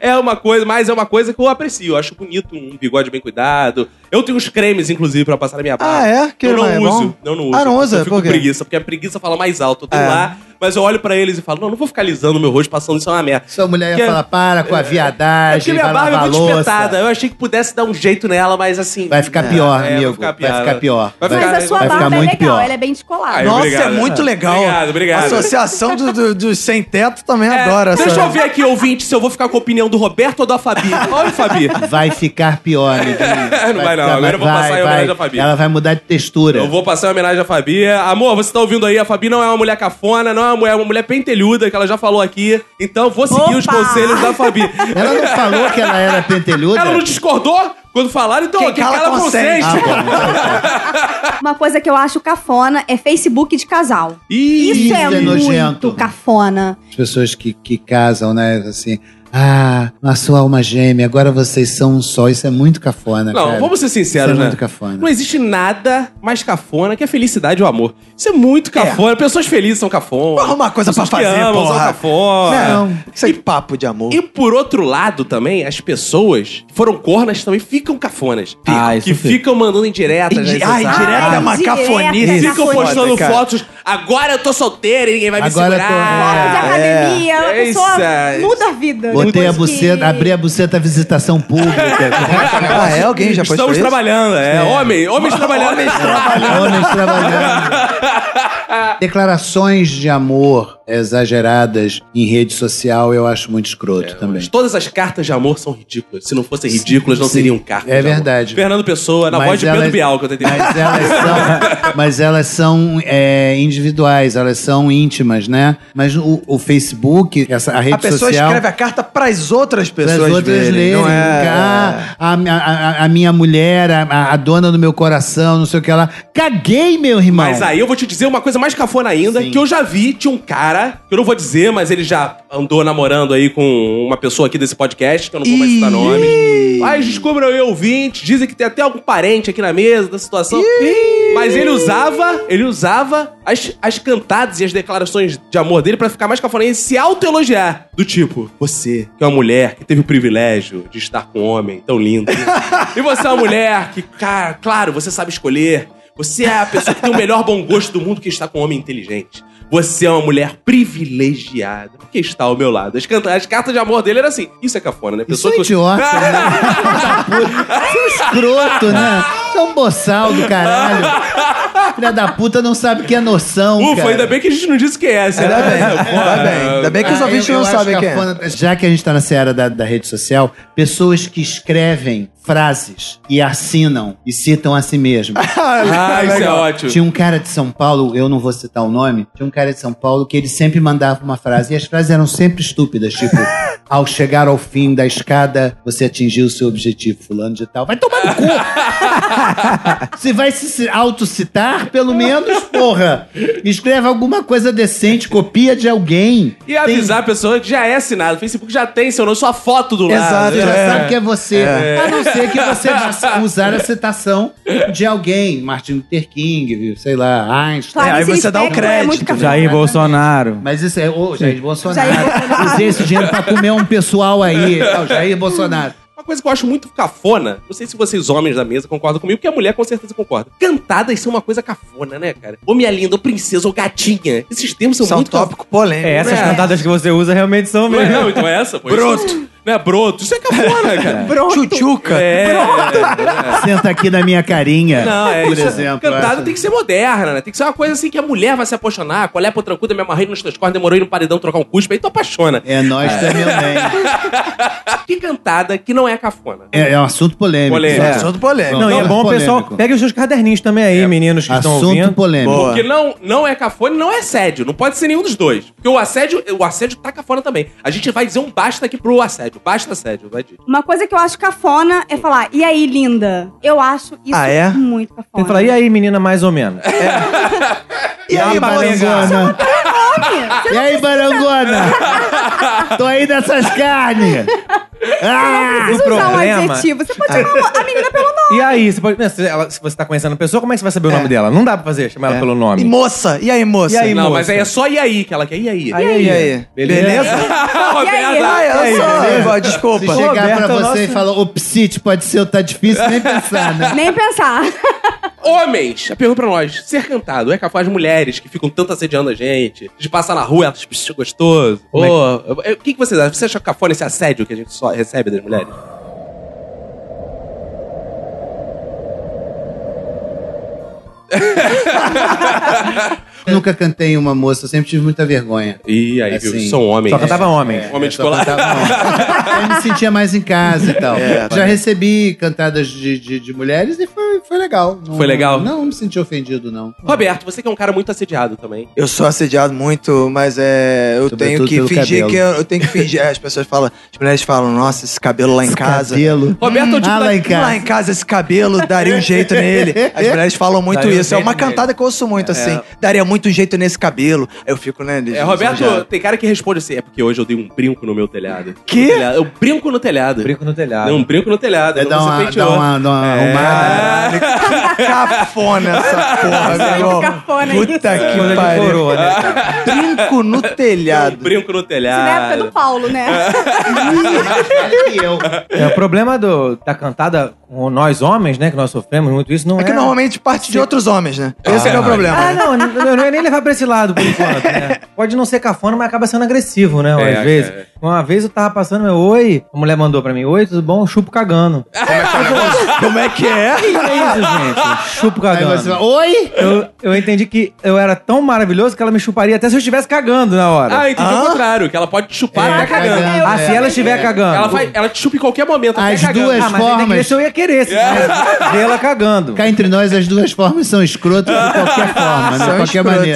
É uma coisa, mas é uma coisa que eu aprecio. Eu acho bonito um bigode bem cuidado. Eu tenho uns cremes, inclusive, pra passar na minha barba. Ah, é? Que eu não é uso. bom? Eu não uso. Ah, não usa? Eu fico Por quê? com preguiça, porque a preguiça fala mais alto. Eu tô É. lá, mas eu olho pra eles e falo, não, não vou ficar lisando meu rosto, passando isso é uma merda. Sua mulher Que- ia falar, para com a É porque viadagem, minha vai barba é lavar a muito espetada. louça. Eu achei que pudesse dar um jeito nela, mas assim... Vai ficar É, pior, é, vai amigo. ficar Vai pior. ficar pior. Vai Mas ficar- a sua vai ficar barba é muito legal, pior. ela é bem descolada. Ai, Nossa, obrigado. é muito legal. Obrigado, obrigado. É, A Associação do- do- dos sem teto também adora. Deixa essa- eu ver aqui, ouvinte, se eu vou ficar com a opinião do Roberto ou da Fabi. Olha o Fabi. Vai ficar pior, amiguinho. Não vai não, ficar- agora eu vou passar em homenagem à Fabi. Ela vai mudar de textura. Eu vou passar em homenagem à Fabi. Amor, você tá ouvindo aí, a Fabi não é uma mulher cafona, não é uma mulher, é uma mulher pentelhuda, que ela já falou aqui. Então vou seguir os Opa! conselhos da Fabi. Ela não falou né? que ela era pentelhuda? ela não discordou quando falaram, então Quem quem cala cala consente. consente. Ah, bom. Uma coisa que eu acho cafona é Facebook de casal. Isso, isso é, é muito nojento. cafona. As pessoas que, que casam, né? Assim, ah, a sua alma gêmea, agora vocês são um só. Isso é muito cafona, Não, cara. vamos ser sinceros, Isso é né? muito cafona. Não existe nada mais cafona que a felicidade e o amor. Isso é muito cafona. Pessoas felizes são cafona. Arrumar coisa pra Pessoas fazer, que amam são porra. cafona. Não, isso é papo de amor. E por outro lado também, as pessoas que foram cornas também ficam cafonas. Ah, isso que fica. ficam mandando né, indiretas. nas redes Ah, sociais. indireta é uma Indireta, cafonice. Isso. Ficam Cafona, postando cara. fotos. Agora eu tô solteira e ninguém vai Agora me eu tô- Foto de segurar. academia, a Ah, é pessoa isso. muda a vida. Botei a Depois buceta, que- abri a buceta à visitação pública. Ah, é? Alguém já postou Estamos isso? trabalhando, é. Homem, homens trabalhando. Homens trabalhando. Declarações de amor exageradas em rede social eu acho muito escroto É, também. Todas as cartas de amor são ridículas. Se não fossem ridículas, não Sim, seriam cartas. é de amor. verdade. Fernando Pessoa, na Mas voz de elas- Pedro Bial, que eu tô entendendo. Mas elas são, mas elas são é, individuais, elas são íntimas, né? Mas o, o Facebook, essa, a rede A pessoa social. escreve a carta pras outras As pessoas outras verem, lerem, não é? ah, a, mi- a- a- a minha mulher, a, a dona do meu coração, não sei o que lá. Caguei, meu irmão! Mas aí eu vou te dizer uma coisa mais cafona ainda, que eu já vi, tinha um cara, que eu não vou dizer, mas ele já andou namorando aí com uma pessoa aqui desse podcast, que eu não vou mais citar nomes. Mas descubram aí, ouvinte, dizem que tem até algum parente aqui na mesa da situação. Mas ele usava, ele usava as, as cantadas e as declarações de amor dele pra ficar mais cafona e se autoelogiar. Do tipo, você, que é uma mulher que teve o privilégio de estar com um homem tão lindo. e você é uma mulher que, cara, claro, você sabe escolher. Você é a pessoa que tem o melhor bom gosto do mundo que está com um homem inteligente. Você é uma mulher privilegiada porque está ao meu lado. As, canta- as cartas de amor dele eram assim. Isso é cafona, né? Isso é Pessoa que... idiota, né? Isso é escroto, né? Isso é um boçal do caralho. Filha da puta não sabe o que é noção. Ufa, cara. ainda bem que a gente não disse quem é. será? Ainda bem, ainda tá é, bem. Ainda bem que os Ah, ouvintes eu- eu não acho sabem é. que a quem é. fona- Já que a gente tá na seara da, da rede social, pessoas que escrevem frases e assinam e citam a si mesmos. Ah, isso é ótimo. Tinha um cara de São Paulo, eu não vou citar o nome, tinha um cara de São Paulo que ele sempre mandava uma frase e as frases eram sempre estúpidas, tipo, ao chegar ao fim da escada, você atingiu o seu objetivo, fulano de tal. Vai tomar no cu! se vai se ci- autocitar, pelo menos, porra, escreve alguma coisa decente, copia de alguém. E avisar a pessoa que já é assinado. O Facebook já tem seu nome, sua foto do lado. Exato, já É. sabe que é você. A não ser que você vá usar a citação de alguém, Martin Luther King, viu? sei lá, Einstein. Claro, É, aí esse você dá o espectro É muito crédito, café. Jair Bolsonaro. Mas isso é o Jair Bolsonaro. Jair Bolsonaro. Usei esse dinheiro pra comer um pessoal aí. É o Jair Bolsonaro. Uma coisa que eu acho muito cafona, não sei se vocês homens da mesa concordam comigo, porque a mulher com certeza concorda. Cantadas são uma coisa cafona, né, cara? Ou minha linda, ou princesa, ou gatinha. Esses termos são, Isso é um muito cafona. tópico polêmico. É, essas É. cantadas que você usa realmente são Não, é, mesmo. não, então é essa, pô. Broto. Não é broto. Isso é cafona, cara. Chuchuca. É, Senta aqui na minha carinha. não, é por isso. exemplo. Cantada essa. tem que ser moderna, né? Tem que ser uma coisa assim que a mulher vai se apaixonar. Qual é, pô, tranquila, me amarrei nos teus cornos, demorou ir no paredão trocar um cuspe, aí tu apaixona. É nós também. né? Que cantada que não é cafona. É, é um assunto polêmico. Polêmico. É. Assunto polêmico. Não, e é Não, bom, polêmico. pessoal, pegue os seus caderninhos também É. aí, meninos que estão Assunto ouvindo. polêmico. Boa. Porque não, não é cafona e não é assédio. Não pode ser nenhum dos dois. Porque o assédio, o assédio tá cafona também. A gente vai dizer um basta aqui pro assédio. Basta assédio, vai dizer. Uma coisa que eu acho cafona é falar, e aí, linda? Eu acho isso Ah, é? muito Tem cafona. que falar, e aí, menina, mais ou menos? É. E aí, barangona? E aí, barangona? Tô aí nessas carnes. Você Ah! tá usa um problema- adjetivo. Você pode chamar a menina pelo nome. E aí, você pode. né, Se, ela- se você tá conhecendo a pessoa, como é que você vai saber o nome dela? Não dá pra fazer, chamar ela pelo E nome. moça, e aí, moça? E aí, Não, moça? mas aí é só e aí que ela quer. E aí? E aí? Beleza? Ah, Roberta! eu aí, sou- beleza? Desculpa. Se chegar pra é Roberto, você e nossa. falar, o psite pode ser, tá difícil nem pensar, né? Nem pensar. Homens, a pergunta pra nós. Ser cantado é capaz de mulheres que ficam tanto assediando a gente, de passar na rua, elas, "Pss, gostoso. Ô, eu- O que, que vocês acham? Você acha cafona esse assédio que a gente só recebe das mulheres? Eu Nunca cantei uma moça, eu sempre tive muita vergonha. E aí, Assim, viu? um São homens. Só cantava homens. É, Homem de só colar. cantava homem. Eu me sentia mais em casa e tal. É, Já também. recebi cantadas de, de, de mulheres e foi, foi legal. Não- Foi legal? Não, não me senti ofendido, não. Roberto, você que é um cara muito assediado também. Eu sou assediado muito, mas é. Eu Sobretudo tenho pelo que fingir cabelo. que eu, eu tenho que fingir. As pessoas falam, as mulheres falam, nossa, esse cabelo lá em casa. Cabelo. Roberto, eu digo ah, lá em Lá casa. em casa, esse cabelo daria um jeito nele. As mulheres falam muito Daria um isso. É jeito uma nele. É. cantada que eu ouço muito, assim. Daria muito jeito nesse cabelo. Eu fico, né? É, Roberto, tem cara que responde assim: é porque hoje eu dei um brinco no meu telhado. Quê? No telhado. Eu brinco no telhado. Brinco no telhado. Não, um brinco no telhado. É, então dá você É. uma, dá penteou. uma, dá uma arrumada. Cafona essa porra, meu irmão. cafona isso. Puta É. Coisa que de pariu. coroa, né, cara? Brinco no Um telhado. brinco no Isso na é época do telhado. Paulo, né? Mais velho que eu. É, o problema do- da cantada com nós homens, né, que nós sofremos muito isso, não é. É que normalmente parte de outros homens, né? Esse que é o problema. Ah, né? não, n- eu não ia nem levar pra esse lado por enquanto, né? Pode não ser cafona, mas acaba sendo agressivo, né? É, Às é. vezes. Uma vez eu tava passando, meu, oi, a mulher mandou pra mim, oi, tudo bom? Chupo cagando. Como é que é? Que é isso, gente? Chupo Aí cagando. você fala, oi? Eu, eu entendi que eu era tão maravilhoso que ela me chuparia até se eu estivesse cagando na hora. Ah, entendi Hã? o contrário, que ela pode te chupar até Tá cagando. cagando, ah, é. se ela estiver cagando. Ela, vai, ela te chupa em qualquer momento, até As cagando. duas- Ah, mas formas. formas. Que ver se eu ia querer, se ver ela cagando. Cá entre nós, as duas formas são escrotas de qualquer forma, né? de São qualquer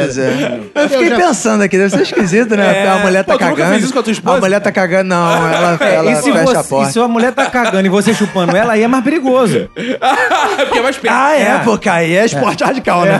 escrotas, maneira. é. Eu fiquei já- pensando aqui, deve ser esquisito, né? É. A mulher tá Pô, tu nunca cagando. fez isso com a tua esposa? mulher tá cagando, não. Ela, ela É. e, se fecha a você, porta. e se a mulher tá cagando e você chupando ela, aí é mais perigoso. É porque é mais perto. Ah, é, É. porque aí é esporte Ah, radical, né?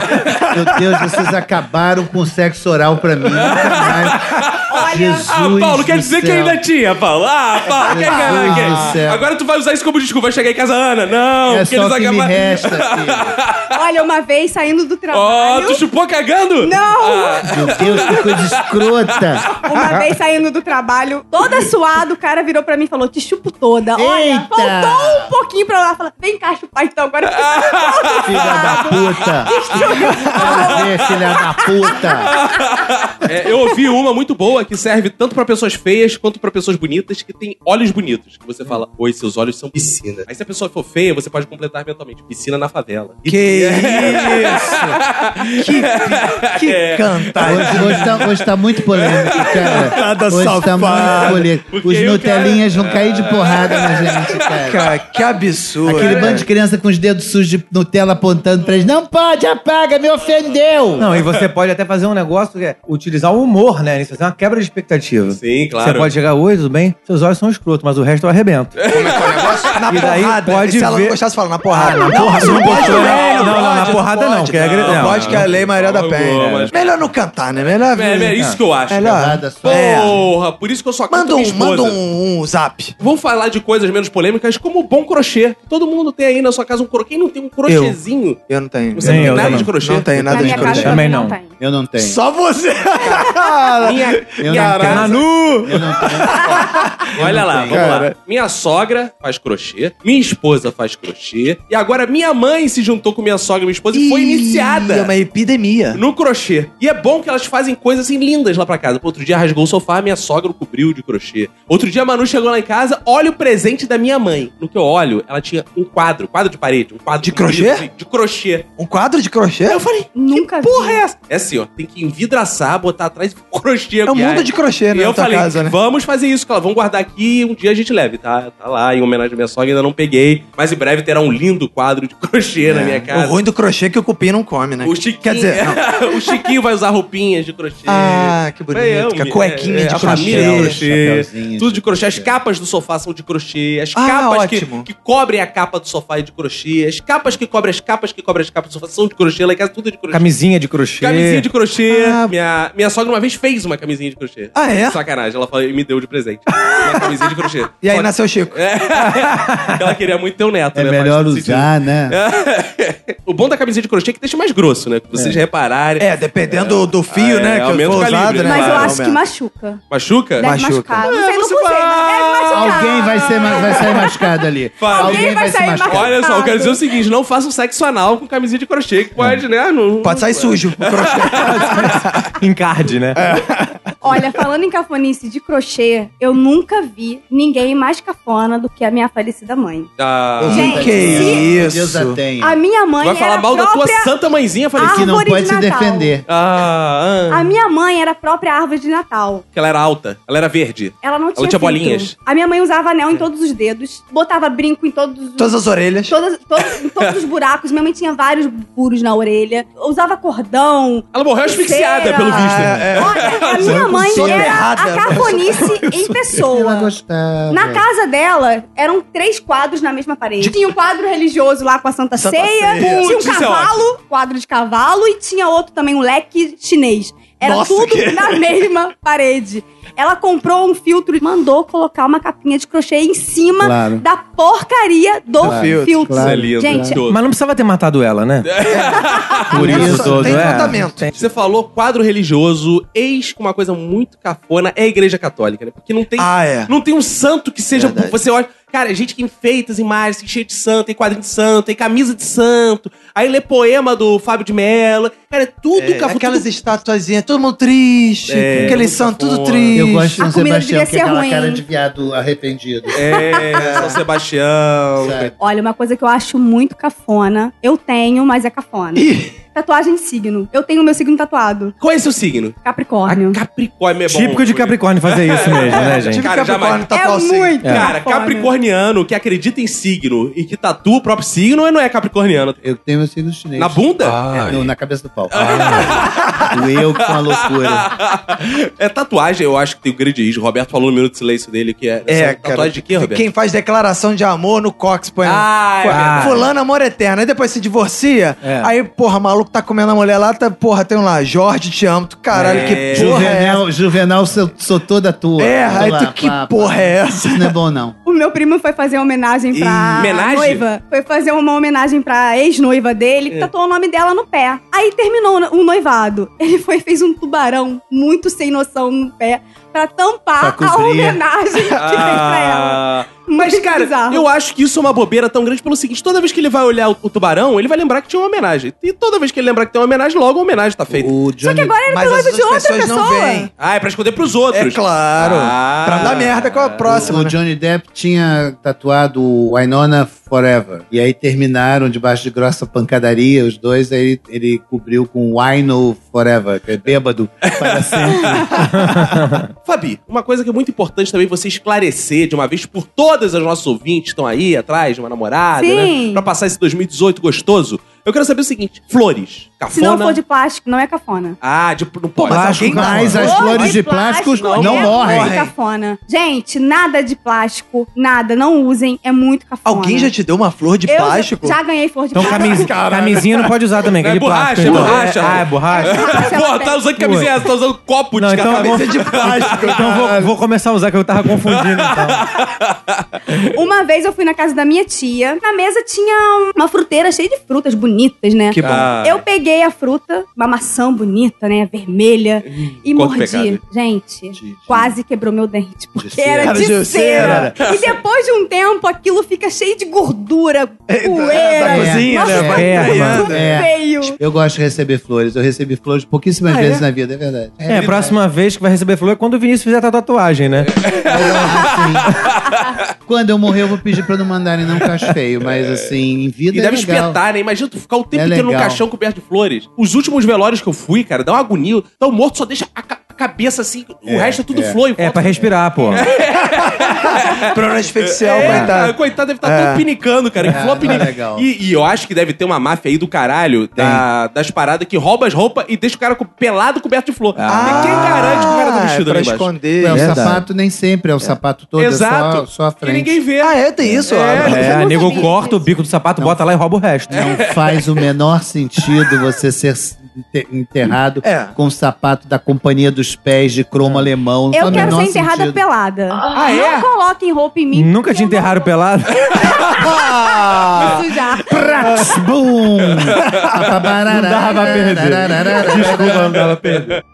Meu Deus, vocês acabaram com o sexo oral pra mim. Nunca mais. Jesus Ah, Paulo, quer do dizer que céu. ainda tinha, Paulo. Ah, Paulo, quer Meu enganar Deus aqui. do céu. Agora tu vai usar isso como desculpa, vai chegar em casa, Ana. Não, É porque só o eles que me acabaram. resta, filho. Olha, uma vez saindo do Ó, trabalho. tu chupou cagando? Não! Meu Deus, que coisa escrota. Uma vez saindo do trabalho, toda suada, o cara virou pra mim e falou: Te chupo toda. Olha, Eita! faltou um pouquinho pra lá. Fala, vem cá chupar então, agora eu fico Filha da puta. Quero ver, filha da puta. É, eu ouvi uma muito boa que serve tanto pra pessoas feias quanto pra pessoas bonitas que têm olhos bonitos. Que você fala, oi, seus olhos são piscina. Aí se a pessoa for feia, você pode completar mentalmente. Piscina na favela. E Que isso! Que, que É. cantada! Hoje, hoje, tá, hoje tá muito polêmico, cara. Cantada Hoje tá muito safada. polêmico. Os Porque o Nutelinhas vão cair de porrada na gente, cara. Cara, que absurdo! É. Aquele bando de criança com os dedos sujos de Nutella apontando pra eles. Não pode, apaga, me ofendeu. Não, e você pode até fazer um negócio que é utilizar o humor, né? Isso é uma quebra de expectativa. Sim, claro. Você pode chegar, oi, tudo bem? Seus olhos são escroto, mas o resto eu arrebento. É. é Na E daí pode se ela não ver- gostasse, fala na porrada. na porra, você não botou, né? Não, Não, não, na pode, porrada pode, não, que é Não, agressão. pode que é a lei Maria da Não, Penha. mas- Melhor não cantar, né? Melhor... É, é isso que eu acho. Melhor. Porrada só. Porra, por isso que eu só canto Manda minha um, manda esposa. um, um zap. Vamos falar de coisas menos polêmicas, como o bom crochê. Todo mundo tem aí na sua casa um crochê. Quem não tem um crochêzinho? Eu não tenho. Você Nem não tem eu, nada não. de crochê? Não tenho nada Na de minha casa crochê. também Também não não. tem. Eu não tenho. Só você! Minha, Eu não minha tenho. casa- Manu! Eu não tenho. Olha lá, tenho. vamos lá. Cara. Minha sogra faz crochê, minha esposa faz crochê, e agora minha mãe se juntou com minha sogra e minha esposa e foi Ih, iniciada. É uma epidemia. No crochê. E é bom que elas fazem coisas assim lindas lá pra casa. Pô, outro dia rasgou o sofá, minha sogra o cobriu de crochê. Outro dia a Manu chegou lá em casa, olha o presente da minha mãe. No que eu olho, ela tinha um quadro, quadro de parede, um quadro De comprido, crochê? assim, De crochê. Um quadro de crochê? Aí eu falei, Nunca que porra vi. é essa? É assim, ó, tem que envidraçar, botar atrás e crochê. É um mundo de crochê, e né? eu Na tua falei, casa, né? vamos fazer isso, Cláudio. Vamos guardar aqui e um dia a gente leve, tá? Tá lá, em homenagem à minha sogra, ainda não peguei. Mas em breve terá um lindo quadro de crochê É. na minha casa. O ruim do crochê é que o cupim não come, né? O É. Chiquinho, Quer dizer, não. o Chiquinho vai usar roupinhas de crochê. Ah, que bonito. Vai, é, cara. é, Cuequinha é, de a família crochê. de crochê. Chapeuzinho Tudo de de crochê. As crochê. capas do sofá são de crochê. As Ah, capas que, ótimo. que cobrem a capa do sofá é de crochê. As capas que cobrem as capas que cobrem as capas do sofá são de crochê. Lá em casa tudo é de crochê. Camisinha de crochê. Camisinha de crochê. Ah. Minha, minha sogra uma vez fez uma camisinha de crochê. Ah, é? Sacanagem. Ela falou, e me deu de presente. uma camisinha de crochê. E aí Só nasceu o Chico. que ela queria muito ter um neto, É né? melhor Faz todo sentido. usar, né? o bom da camisinha de crochê é que deixa mais grosso, né? Pra vocês repararem. É, dependendo do fio, Ah, é, né? Que aumenta eu o for calibre, usado, né? né? Mas eu Claro, acho que machuca. Machuca? Deve Machuca. machucar. Não sei, É, não você usei, mas vai- deve machucar. Alguém vai, ser, ma- vai sair machucado ali. Fala. Alguém vai sair machucado. Olha só, eu quero dizer o seguinte: não faça um sexo anal com camisinha de crochê, que pode, né? Não... É. Pode sair sujo. O crochê. Encarde, né? Olha, falando em cafonice de crochê, eu nunca vi ninguém mais cafona do que a minha falecida mãe. Ah, Uhum. Eu Gente, não tenho. que Deus isso. a tenha. A minha mãe vai falar era mal a da tua própria- santa mãezinha? Falei, Ah. Que não árvore pode de se Natal. defender. ah, ah, A minha mãe era a própria árvore de Natal. que ela era alta, ela era verde. Ela não tinha filtro. tinha bolinhas. É. A minha mãe usava anel em todos os dedos, botava brinco em todos os... Todas as orelhas. Todas, todos, em todos os buracos. Minha mãe tinha vários furos na orelha. Usava cordão. Ela morreu asfixiada, pulseira. pelo visto. É. Olha, a minha mãe Só era errada. a cafonice em pessoa. Ela gostava. Na casa dela, eram três quadros na mesma parede. Tinha um quadro religioso lá com a Santa, Santa Ceia, Ceia. tinha um Putz, isso é cavalo, quadro de cavalo, e tinha outro também, um leque chinês. Era Nossa, tudo que- na mesma parede. Ela comprou um filtro e mandou colocar uma capinha de crochê em cima Claro. da porcaria do Claro, filtro. claro. Isso é lindo, Gente, né? Mas não precisava ter matado ela, né? Por Ela isso só todo, tem é. tratamento. Você falou quadro religioso, eis que uma coisa muito cafona é a igreja católica, né? Porque não tem Ah, é. Não tem um santo que seja. Verdade. Você olha. Cara, é gente que enfeita as imagens, que cheia de santo, tem quadrinho de santo, tem camisa de santo, aí lê poema do Fábio de Mello. Cara, é tudo É, cafona. aquelas tudo... estatuazinhas, todo mundo triste, É, aqueles todo são mundo tudo cafona. triste. Eu gosto de A São comida Sebastião, devia que é ser aquela ruim. cara de viado arrependido. É, São Sebastião. sabe? olha, uma coisa que eu acho muito cafona, eu tenho, mas é cafona. Ih, Tatuagem de signo. Eu tenho o meu signo tatuado. Qual é seu signo? Capricórnio. A Capricórnio é bom. Ah, Típico de Capricórnio fazer isso mesmo, né, gente? tive Cara, Capricórnio jamais. tatuar o signo. Cara, cafona. capricorniano que acredita em signo e que tatua o próprio signo ou não é capricorniano? Eu tenho meu um signo chinês. Na bunda? É, no- na cabeça do pau. Ah. Doeu com a loucura. é tatuagem, eu acho que tem o grande risco. O Roberto falou no minuto de silêncio dele que é. É, tatuagem cara. de quê, Roberto? Quem faz declaração de amor no Cox, põe. Ah, é lá. verdade. Fulano, amor eterno. Aí depois se divorcia. É. Aí, porra, maluco tá comendo a mulher lá, tá, porra, tem um lá, Jorge, te amo. Tu, caralho, É. que porra é essa? Juvenal, Juvenal, sou, sou toda tua. É, Tô aí lá, tu, que pá, pá. porra é essa? Isso não é bom, não. O meu primo foi fazer uma homenagem pra Ih, homenagem? noiva. Foi fazer uma homenagem pra ex-noiva dele, que tatuou o nome dela no pé. Aí terminou o noivado. Ele foi e fez um tubarão muito sem noção no pé pra tampar Pra a cobrir. homenagem que fez pra ela. Ah, Mas Mas, cara, Bizarro. eu acho que isso é uma bobeira tão grande pelo seguinte: toda vez que ele vai olhar o, o tubarão, ele vai lembrar que tinha uma homenagem. E toda vez que ele lembrar que tem uma homenagem, logo a homenagem tá feita. O Johnny... que agora ele Mas tá noivo as de outra pessoas não pessoa. veem. Ah, é pra esconder pros outros. É claro. Ah. Pra dar merda com a próxima. O né? Johnny Depp tinha tatuado o Winona Forever. E aí terminaram debaixo de grossa pancadaria, os dois, aí ele, ele cobriu com Wino Forever, que é bêbado para sempre. Fabi, uma coisa que é muito importante também você esclarecer de uma vez por todas as nossas ouvintes que estão aí atrás de uma namorada, Sim. né? Pra passar esse 2018 gostoso. Eu quero saber o seguinte: flores, cafona. Se não for de plástico, não é cafona. Ah, de, não pode. Mas Mas, alguém mas morre. as flores de plástico não, é morrem. muito cafona. Gente, nada de plástico, nada, não usem, é muito cafona. Alguém já te deu uma flor de Eu já- plástico? Já, ganhei flor de Então plástico. camis- camisinha não pode usar também, que Não, é é de plástico. borracha, é então. borracha. Ah, é borracha? Porra, tá usando camiseta, tá usando copo Não, de então, café. vou, então vou, vou começar a usar, que eu tava confundindo. Então. Uma vez eu fui na casa da minha tia, na mesa tinha uma fruteira cheia de frutas bonitas, né? Que bom. Ah. Eu peguei a fruta, uma maçã bonita, né? Vermelha. E quanto mordi. pecado. Gente, De- de- quase quebrou meu dente. Porque cera. era de, Era de cera. E depois de um tempo, aquilo fica cheio de gordura, poeira. da cozinha, Nossa, né? tá Perna. tudo É. feio. Eu gosto de receber flores. Eu recebi flores pouquíssimas vezes na vida, é verdade. É, a próxima vez que vai receber flor é quando o Vinícius fizer a tatuagem, né? assim, Quando eu morrer, eu vou pedir pra não mandarem não cacho feio, mas assim, em vida E é deve legal. espetar, né? Imagina tu ficar o tempo É inteiro num legal. caixão coberto de flores. Os últimos velórios que eu fui, cara, dá uma agonia. Então o morto só deixa a ca- a cabeça assim, o resto é tudo flor. e É, volta. pra respirar, pô. tá Problema de infecção, É, cara, coitado. coitado, deve estar todo pinicando, cara. que flor É. tá pinica. legal. E, e eu acho que deve ter uma máfia aí do caralho da- das paradas que rouba as roupas e deixa o cara co- pelado coberto de flor. Ah. E quem garante que o cara tá vestido é Ah, pra ali embaixo? esconder. É, o Verdade. sapato nem sempre é o sapato todo, é só, né? Exato. só a Que frente. ninguém vê. Ah, é, tem isso? ó. É, nunca nego vi corta isso. o bico do sapato, bota lá e rouba o resto. Não faz o menor sentido você ser enter- enterrado É. com o sapato da Companhia dos Pés de cromo alemão. Tipo, Não Eu faz o quero menor ser enterrada sentido. pelada. Ah, é? Não coloquem roupa em mim. Nunca te porque eu enterraram pelado? não vou sujar. Prax, boom! não dava pra perder. Desculpa, não dava perder.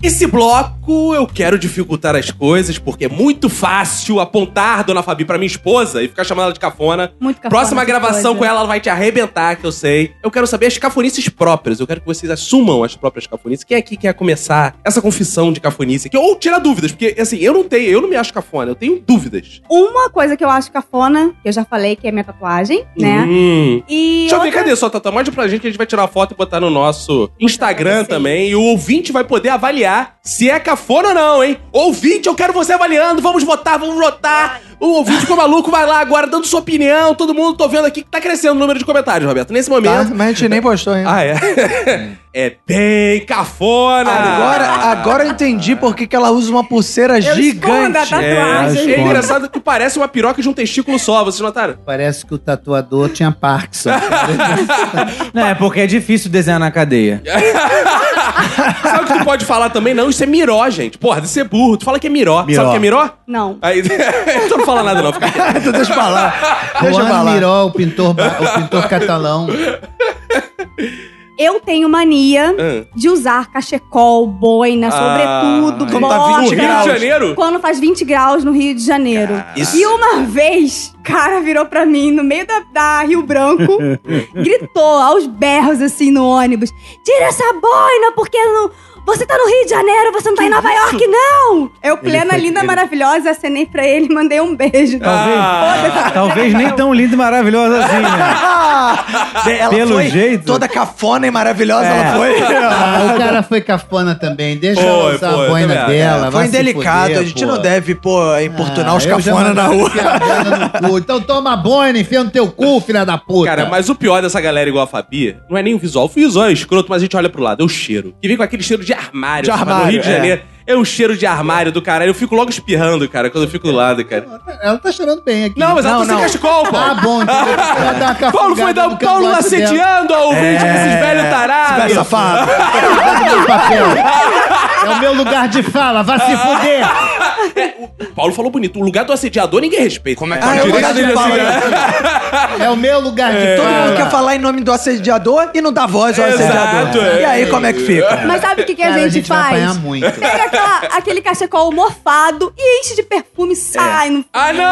Esse bloco eu quero dificultar as coisas, porque é muito fácil apontar Dona Fabi pra minha esposa e ficar chamando ela de cafona. Muito cafona, Próxima essa gravação coisa. com ela, ela vai te arrebentar, que eu sei. Eu quero saber as cafonices próprias. Eu quero que vocês assumam as próprias cafonices. Quem é aqui quer começar essa confissão de cafonice? aqui? Ou tirar dúvidas, porque assim, eu não tenho, eu não me acho cafona, eu tenho dúvidas. Uma coisa que eu acho cafona, que eu já falei, que é minha tatuagem, né? Hum. E Deixa eu ver, outra- cadê sua tatuagem? Mostra pra gente que a gente vai tirar foto e botar no nosso Instagram vocês. também. E o ouvinte vai poder avaliar se é cafona ou não, hein? Ouvinte, eu quero você avaliando. Vamos votar, vamos votar. O ouvinte ficou maluco, vai lá agora dando sua opinião. Todo mundo, tô vendo aqui que tá crescendo o número de comentários, Roberto. Nesse Tá, momento. mas a gente nem postou ainda. Ah, é? é bem cafona. Agora, agora eu entendi por que que ela usa uma pulseira Eu escondo a gigante. tatuagem. É, é engraçado que parece uma piroca de um testículo só, vocês notaram? Parece que o tatuador tinha Parkinson. Não, é porque é difícil desenhar na cadeia. Sabe o que tu pode falar também? Não, isso é miró, gente. Porra, isso é burro. Tu fala que é miró. Sabe o que é miró? Não. Aí, tu não fala nada, não. Fica quieto. Então Deixa eu falar. Deixa eu Juan falar. Miró, o pintor, ba- o pintor catalão. Eu tenho mania de usar cachecol, boina, sobretudo, Ah, tá 20 bota. No Rio de graus. Janeiro? Quando faz 20 graus no Rio de Janeiro. E uma vez, o cara virou pra mim no meio da, da Rio Branco, gritou aos berros assim no ônibus: Tira essa boina, porque não. Você tá no Rio de Janeiro, você não tá em Nova York, não! Eu, plena, linda, maravilhosa, acenei pra ele e mandei um beijo. Talvez, tá Ah. talvez nem tão linda e maravilhosa assim, né? Ah! Ela Pelo foi jeito. Toda cafona e maravilhosa É. ela foi. Ah, o cara foi cafona também. Deixa Foi, eu usar foi, a boina também dela. foi vai se indelicado. fuder, a gente pô. não deve, pô, importunar Ah, os eu já cafona na mandava rua. enfiar a boina no cu. Então toma a boina, enfia no teu cu, filha da puta. Cara, mas o pior dessa galera igual a Fabi não é nem o visual. O visual é escroto, mas a gente olha pro lado. É o cheiro. Que vem com aquele cheiro de armário. De sabe? No armário, Rio de é. Janeiro. É um cheiro de armário do caralho. Eu fico logo espirrando, cara, quando eu fico do lado, cara. Ela tá cheirando bem aqui. Não, mas ela tá sem não. cachecol, pô. Tá bom, então eu vou dar uma Paulo cafungada foi dar no um Paulo cangote dela. assediando ao ouvinte É. com esses velhos Vai, tarados. safado. um Tá no meu papel. É o meu lugar de fala, vá se fuder! É, o Paulo falou bonito. O lugar do assediador ninguém respeita. Como é que Ah, tá é o direito? lugar de né? fala. É o meu lugar de Todo fala. mundo quer falar em nome do assediador e não dá voz ao assediador. é. E aí, como é que fica? Mas sabe o que, que Cara, a gente vai apanhar faz? muito. Pega aquela- aquele cachecol morfado e enche de perfume e sai. Não... Ah, Não, não!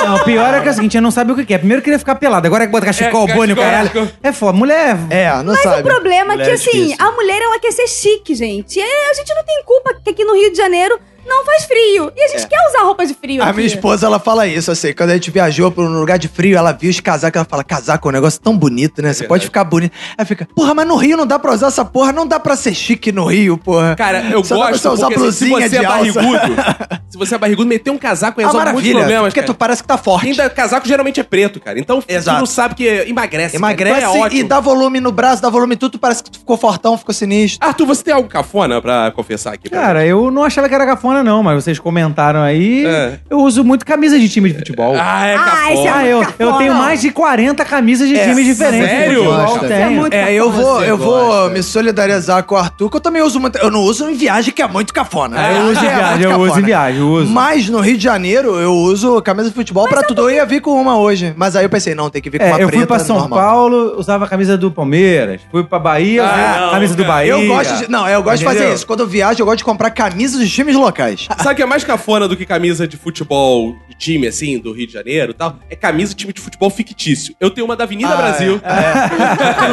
mas- não, o pior é que é o seguinte, eu não sabia o que que é. Primeiro queria ficar pelado, agora é que bota cachecol, É, bolho, cachecol, caralho. cachecol. É foda, mulher... É, não Mas sabe. o problema é que, Mulher assim, difícil. a mulher ela quer ser chique, gente. É, a gente não tem culpa que aqui no Rio de Janeiro não faz frio. E a gente quer usar roupa de frio. A aqui. minha esposa, ela fala isso, assim, quando a gente viajou pra um lugar de frio, ela viu os casacos, ela fala, casaco é um negócio tão bonito, né? Você pode ficar bonito. Ela fica, porra, mas no Rio não dá pra usar essa porra, não dá pra ser chique no Rio, porra. Cara, eu Só dá pra gosto você usar porque assim, se blusinha você é de alça. barrigudo, se você é barrigudo, meter um casaco Ah, resolve muitos maravilha, problemas, porque cara. tu parece que tá forte. Ainda casaco geralmente é preto, cara. Então Exato. tu não sabe que emagrece. Emagrece cara. Então é assim, e ótimo. dá volume no braço, dá volume em tudo, tu parece que tu ficou fortão, ficou sinistro. Arthur, você tem algo cafona pra confessar aqui? pra Cara, eu não achava que era cafona não, mas vocês comentaram aí. É. Eu uso muito camisa de time de futebol. gente? Ah, é Ah, esse cafona. É, é Ah, eu, eu Cafona. tenho mais de 40 camisas de times diferentes. sério? de futebol, Gosta. Isso tenho. é muito- É, eu vou, Você eu vou gosta. me solidarizar com o Arthur, que eu também uso muito. Eu não uso em viagem, que é muito cafona. É, eu uso em muito viagem, eu cafona. uso em viagem, eu uso. Mas no Rio de Janeiro, eu uso camisa de futebol pra tudo. Eu ia vir com uma hoje. Mas aí eu pensei, não, tem que vir com É, uma eu preta. fui pra São normal. Paulo, usava a camisa do Palmeiras. Fui pra Bahia, Ah, usava a não, camisa do cara. Bahia. Eu gosto de. Não, eu gosto de fazer Entendeu? isso. Quando eu viajo, eu gosto de comprar camisas dos times locais. Sabe o que é mais cafona do que camisa de futebol de time, assim, do Rio de Janeiro e tal? É camisa de time de futebol fictício. Eu tenho uma da Avenida Ah, Brasil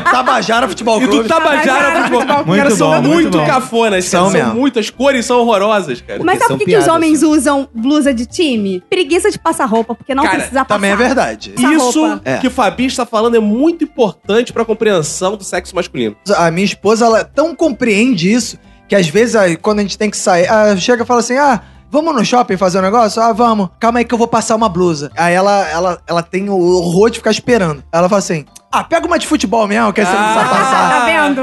do Tabajara Futebol e do Clube. Tabajara Futebol. Muito cara, bom, são muito muito bom. cafonas, cara. São São, mesmo. muito, as cores é são horrorosas, cara. Mas sabe por são que, que piadas, os homens usam blusa de time? Preguiça de passar roupa, porque não Cara, precisa passar. Também é verdade. essa Isso roupa. É. que o Fabi está falando é muito importante pra compreensão do sexo masculino. A minha esposa, ela tão compreende isso que às vezes, aí, quando a gente tem que sair, ela chega e fala assim: ah. Vamos no shopping fazer um negócio? Ah, vamos. Calma aí que eu vou passar uma blusa. Aí ela, ela, ela tem o horror de ficar esperando. Ela fala assim: ah, pega uma de futebol mesmo, que aí você não Ah. precisa passar. Tá vendo?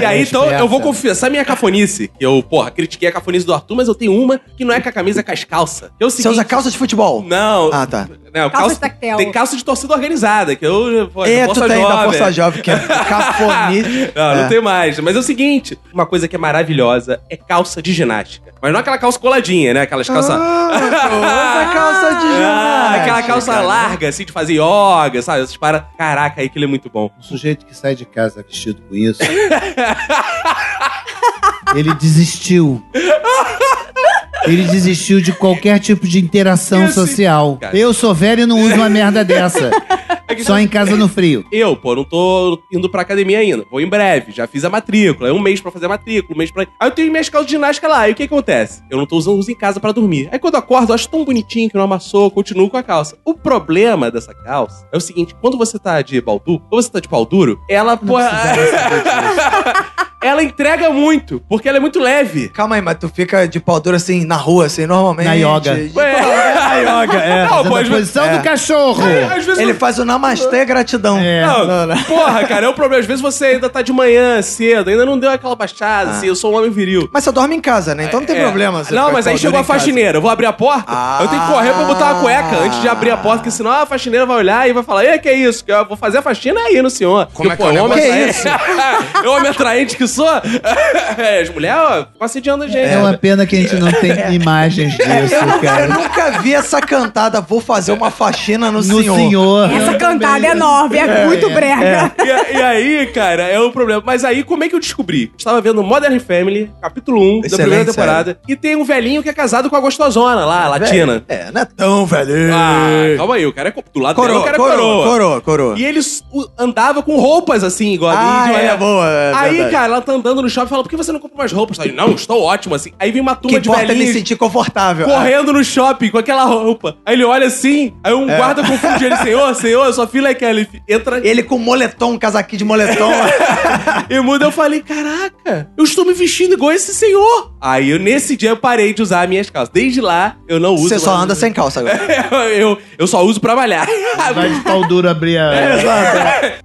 E aí, então, esperta. eu vou confessar minha cafonice. que Eu, porra, critiquei a cafonice do Arthur, mas eu tenho uma que não é com a camisa, é com as calças. Eu Você usa calça de futebol? Não. Ah, tá. Não, Calça calça, de tactel. tem calça de torcida organizada, que eu. Pô, É, tu Bolsa tem da Jovem. Força Jovem, que é cafonite. Não, É. não tem mais. Mas é o seguinte: uma coisa que é maravilhosa é calça de ginástica. Mas não aquela calça coladinha, né? Aquelas calças. Ah, tu usa calça de Ah, ginástica, aquela calça cara. larga, assim, de fazer yoga, sabe? Vocês para. Caraca, aí aquilo é muito bom. O sujeito que sai de casa vestido com isso. ele desistiu. Ele desistiu de qualquer tipo de interação Esse- social. Cara. Eu sou velho e não uso uma merda dessa. É Só em casa no frio. Eu, pô, não tô indo pra academia ainda. Vou em breve, já fiz a matrícula. É um mês pra fazer a matrícula, um mês pra. Aí eu tenho minhas calças de ginástica lá. E o que acontece? Eu não tô usando uso em casa pra dormir. Aí quando eu acordo, eu acho tão bonitinho que não amassou, continuo com a calça. O problema dessa calça é o seguinte: quando você tá de baldu, ou você tá de pau duro, ela, pô. ela entrega muito, porque ela é muito leve. Calma aí, mas tu fica de pau duro assim, na rua, assim, normalmente. Na yoga. De- É. yoga, é. Não, pô, Fazendo a às vezes. posição do cachorro. às vezes Ele faz o namastê gratidão. É. Não, Não, não. Porra, cara, é o problema. Às vezes você ainda tá de manhã, cedo, ainda não deu aquela Ah. baixada, assim, eu sou um homem viril. Mas você dorme em casa, né? Então não tem É. problema. você Não, ficar mas de aí pau chegou duro a em casa. faxineira. Eu vou abrir a porta, Ah. eu tenho que correr pra botar uma cueca antes de abrir a porta, porque senão a faxineira vai olhar e vai falar: Ei, que é isso? Que eu vou fazer a faxina aí no senhor. Como é que é o homem negócio? atraente- eu homem atraente que sou. É, As mulheres, ó, ficam assediando a gente. É uma pena que a gente não tem imagens disso, É, Eu nunca, eu cara. nunca vi essa cantada, vou fazer uma faxina no, No senhor. Essa cantada é enorme, é, muito brega. E, e aí, cara, é o problema. Mas aí, como é que eu descobri? Eu estava vendo Modern Family, capítulo 1 da Excelente primeira temporada, e tem um velhinho que é casado com a gostosona lá, latina. É, não é tão velho. Ah, calma aí, o cara é co- do lado dela, o cara é coroa. coroa, coroa. E ele s- o- andava com roupas assim, igual a Ah, índio, é, né? boa, é aí, verdade. cara, ela tá andando no shopping e fala: por que você não compra mais roupas? Eu falei, não, estou ótimo, assim. Aí vem uma O que turma de importa é me velhinhos sentir confortável. correndo no shopping com aquela roupa. Aí ele olha assim, aí É. um guarda confunde ele, senhor, senhor, sua filha é Kelly. Entra Ele com moletom, casaquinho de moletom. E muda, eu falei, caraca, eu estou me vestindo igual esse senhor. Aí eu, nesse dia eu parei de usar minhas calças. Desde lá, eu não uso. Você só mais- anda sem calça agora. eu, eu só uso pra malhar. Vai de pau duro abrir a.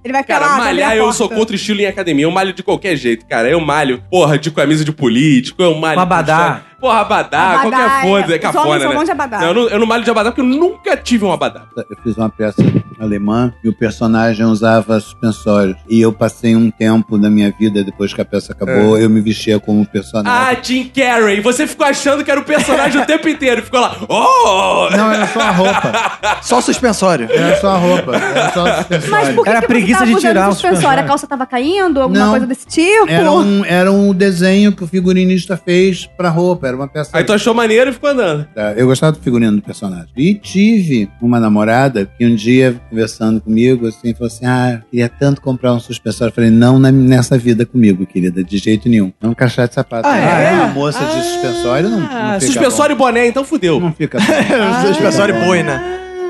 Ele vai ficar Cara, lá, malhar eu sou contra o estilo em academia. Eu malho de qualquer jeito, cara. Eu malho, porra, de camisa de político, eu malho. Babadá. com short. Porra, abadá, Abadá, qualquer foda, é. Os é homens cafona, são né? bons de abadá. Não, eu, não, eu não malho de abadá porque eu nunca tive um abadá. Eu fiz uma peça alemã e o personagem usava suspensórios. E eu passei um tempo da minha vida, depois que a É. peça acabou, eu me vestia como personagem. Ah, Jim Carrey, você ficou achando que era o personagem o tempo inteiro. Ficou lá, oh! Não, era só a roupa. Só suspensório. Era só a roupa. Era só o suspensório. Mas por que, Era que você preguiça tava de usando tirar o suspensório? A calça tava caindo? Alguma Não. coisa desse tipo? Era um, era um desenho que o figurinista fez pra roupa, era uma peça. Aí tu achou maneiro e ficou andando. Tá, Eu gostava do figurino do personagem. E tive uma namorada que um dia, conversando comigo, assim, falou assim: Ah, queria tanto comprar um suspensório. Eu falei, não na- nessa vida comigo, querida, de jeito nenhum. É um caixote de sapato. Ah, é? Ah, Uma moça de Ah, suspensório não, não fica Suspensório e boné, então bom. fudeu. não fica bom. suspensório boi, né?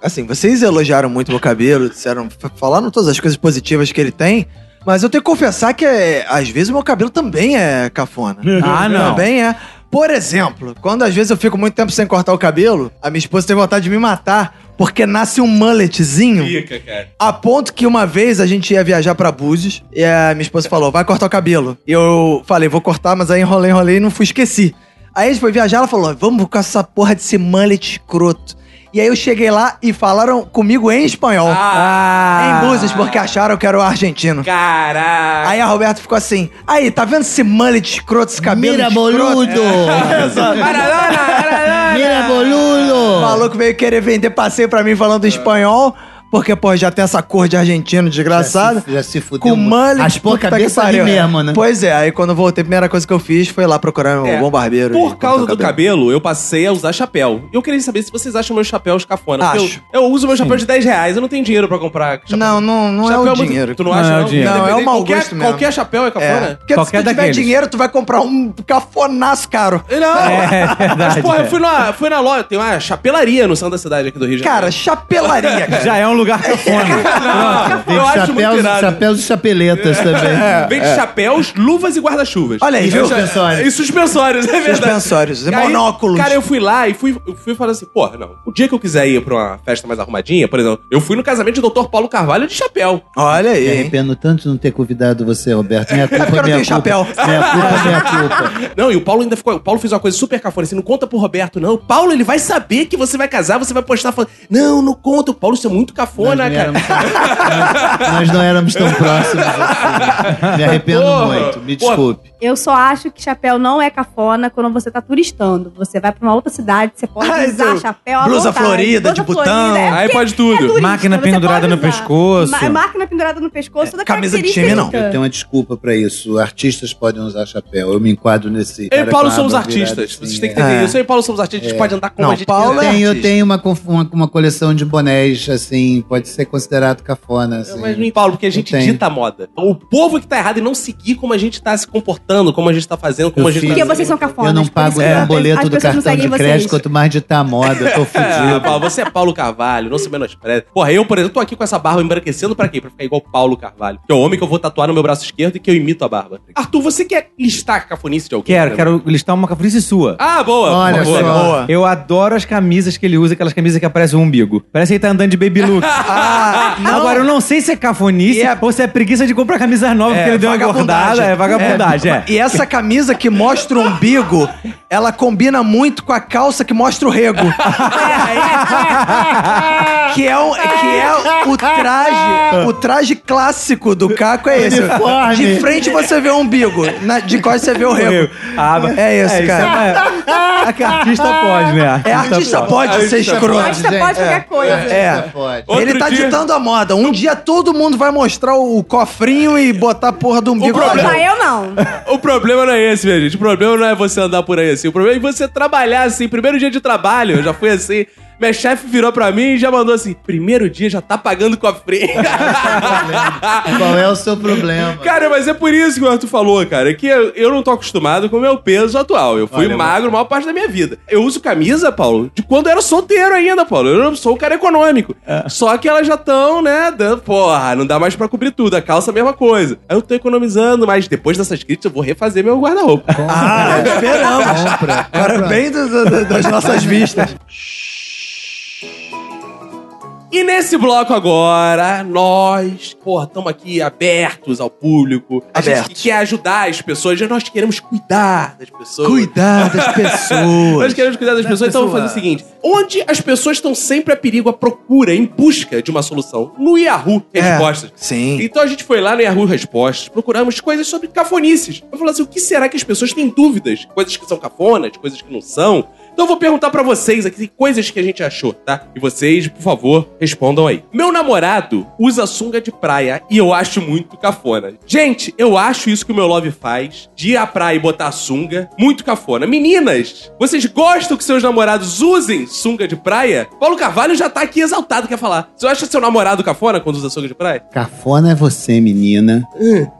Assim, vocês elogiaram muito meu cabelo, disseram, f- falaram todas as coisas positivas que ele tem, mas eu tenho que confessar que é, às vezes o meu cabelo também é cafona. Ah, não. Também é. Por exemplo, quando às vezes eu fico muito tempo sem cortar o cabelo, a minha esposa tem vontade de me matar porque nasce um mulletzinho. Fica, cara. A ponto que uma vez a gente ia viajar pra Búzios e a minha esposa falou: vai cortar o cabelo. E eu falei: vou cortar, mas aí enrolei, enrolei e não fui, esqueci. Aí a gente foi viajar, ela falou: vamos com essa porra desse mullet escroto. E aí eu cheguei lá e falaram comigo em espanhol. Ah. Em Búzios, porque acharam que era o argentino. Caraca. Aí a Roberta ficou assim: aí, tá vendo esse mullet escroto, esse cabelo? Mira, escroto?" boludo! Maradona, Maradona. Mira, O boludo! maluco É. veio querer vender passeio pra mim É. falando espanhol. Porque, pô, já tem essa cor de argentino desgraçado. Já se- já se fudeu Com muito. mullet. Raspou a puta cabeça que pariu. ali mesmo, né? Pois é, aí quando eu voltei, a primeira coisa que eu fiz foi lá procurar um É, bom barbeiro. e Por cortar causa o do cabelo, eu passei a usar chapéu. Eu queria saber se vocês acham meus chapéus cafona. porque Acho. Eu, eu uso meu chapéu de 10 reais, eu não tenho dinheiro pra comprar chapéu. Não, não, não é Chapéu o muito- dinheiro. Tu não acha? Não é o dinheiro. Não, é o Independente- mau qualquer, gosto mesmo. Qualquer chapéu é cafona. É. Porque Qualquer se tu tiver daqueles. dinheiro, tu vai comprar um cafonaço caro. Não, É verdade. mas porra, é. eu fui na, fui na loja, tem uma chapelaria no centro da cidade aqui do Rio de Cara, Janeiro. chapelaria, cara. Já é um lugar cafona. Cara, eu acho muito Chapéus, irado. chapéus e É. chapeletas também. É. Vende chapéus, luvas e guarda-chuvas. Olha aí, E viu? suspensórios. E suspensórios, é verdade. Suspensórios, E aí, monóculos. Cara, eu fui lá e fui, eu fui falando assim, porra, não. O dia que eu quiser ir pra uma festa mais arrumadinha, por exemplo, eu fui no casamento do Dr. Paulo Carvalho de chapéu. Olha aí. Me hein? arrependo tanto de não ter convidado você, Roberto. Minha culpa, porque eu não minha tenho culpa. É, chapéu. Minha culpa, minha culpa. Não, e o Paulo ainda ficou. O Paulo fez uma coisa super cafona. Assim, não conta pro Roberto, não. O Paulo, ele vai saber que você vai casar, você vai postar falando. Não, não conta. O Paulo, isso é muito Nós cafona, não, cara. éramos tão, nós, nós não éramos tão próximos assim. Me arrependo Porra. muito, me Porra. desculpe. Eu só acho que chapéu não é cafona quando você tá turistando. Você vai pra uma outra cidade, você pode Ah, usar isso. chapéu à Blusa vontade. florida, de florida, botão. é Aí porque pode tudo. é turista, Máquina você pendurada pode no usar. pescoço. Ma- é máquina pendurada no pescoço, toda Camisa de time, não. É. Eu tenho uma desculpa pra isso. Artistas podem usar chapéu. Eu me enquadro nesse. Eu e cara Paulo com a somos barba virada artistas. assim, Vocês têm que é. entender É. isso. Eu e Paulo somos artistas. A gente pode andar como Não, a gente Paulo Eu quiser. é- tenho, eu artista. tenho uma, conf- uma, uma coleção de bonés, assim, pode ser considerado cafona. Assim. Mas, não- Paulo, porque a gente Eu tenho. dita a moda. O povo que tá errado e não seguir como a gente tá se comportando, como a gente tá fazendo, como Eu a gente fiz. tá Porque vocês são cafonas. eu não por isso pago que nem as um boleto do pessoas não cartão de seguem vocês. crédito, quanto mais ditar moda, eu tô É, fudido. Paulo, você é Paulo Carvalho, não se menospreze. Porra, eu, por exemplo, tô aqui com essa barba embranquecendo pra quê? Pra ficar igual Paulo Carvalho. Que é o homem que eu vou tatuar no meu braço esquerdo e que eu imito a barba. Arthur, você quer listar a cafonice de alguém? Quero, quero listar uma cafrice sua. Ah, boa. Olha por favor. só. Eu adoro as camisas que ele usa, aquelas camisas que aparecem o umbigo. Parece que ele tá andando de baby look. Ah, não. Agora, eu não sei se é cafonice E é- ou se é preguiça de comprar camisas novas, É, porque ele deu uma vagabundagem. engordada. É vagabundagem, é. E essa camisa que mostra o umbigo, ela combina muito com a calça que mostra o rego. que é o, que é o traje, o traje clássico do Caco é esse. Uniforme. De frente você vê o umbigo, na- de costas você vê o rego. Ah, É isso, cara. é- é- artista pode, né? É artista pode ser Artista escroto. Mas você pode qualquer coisa. É. Pode. Outro Ele tá dia- ditando a moda. Um dia todo mundo vai mostrar o cofrinho e botar a porra do umbigo. Não, pra já eu não. O problema não é esse, minha gente. O problema não é você andar por aí assim. O problema é você trabalhar assim. Primeiro dia de trabalho, eu já fui assim. Minha chefe virou pra mim e já mandou assim: primeiro dia já tá pagando cofrinho. Ah. Qual é o seu problema? Cara, mas é por isso que o Arthur falou, cara, que eu, eu não tô acostumado com o meu peso atual. Eu fui magro a maior parte da minha vida. Eu uso camisa, Paulo, de quando eu era solteiro ainda, Paulo. Eu não sou um cara econômico. Só que elas já estão, né, dando, porra, não dá mais pra cobrir tudo. A calça é a mesma coisa. Aí eu tô economizando, mas depois dessas críticas eu vou refazer meu guarda-roupa. Ah, esperamos. Compra, compra. Parabéns das nossas vistas. E nesse bloco agora, nós, porra, estamos aqui abertos ao público. A gente Abertos. quer ajudar as pessoas, nós queremos cuidar das pessoas. Cuidar das Nós pessoas. queremos cuidar das pessoas, então vamos fazer o seguinte: onde as pessoas estão sempre a perigo, à procura, em busca de uma solução? No Yahoo Respostas. Sim. Então a gente foi lá no Yahoo Respostas, procuramos coisas sobre cafonices. Eu falei assim: o que será que as pessoas têm dúvidas? Coisas que são cafonas, coisas que não são. Então eu vou perguntar pra vocês aqui coisas que a gente achou, tá? E vocês, por favor, respondam aí. Meu namorado usa sunga de praia e eu acho muito cafona. Gente, eu acho isso que o meu love faz, de ir à praia e botar sunga, muito cafona. Meninas, vocês gostam que seus namorados usem sunga de praia? Paulo Carvalho já tá aqui exaltado, quer falar. Você acha seu namorado cafona quando usa sunga de praia? Cafona é você, menina,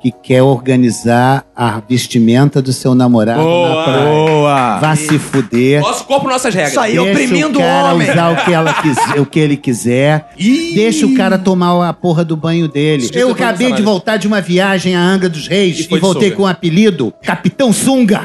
que quer organizar a vestimenta do seu namorado Boa. na praia. Boa! Vá se fuder. Nosso corpo, nossas regras. Isso aí. Deixa oprimindo o o cara homem. usar o que, ela quiser, o que ele quiser. Ih! Deixa o cara tomar a porra do banho dele. Isso, Eu isso, acabei isso, de isso. voltar de uma viagem à Angra dos Reis E e, foi de voltei sunga. com o apelido Capitão Sunga.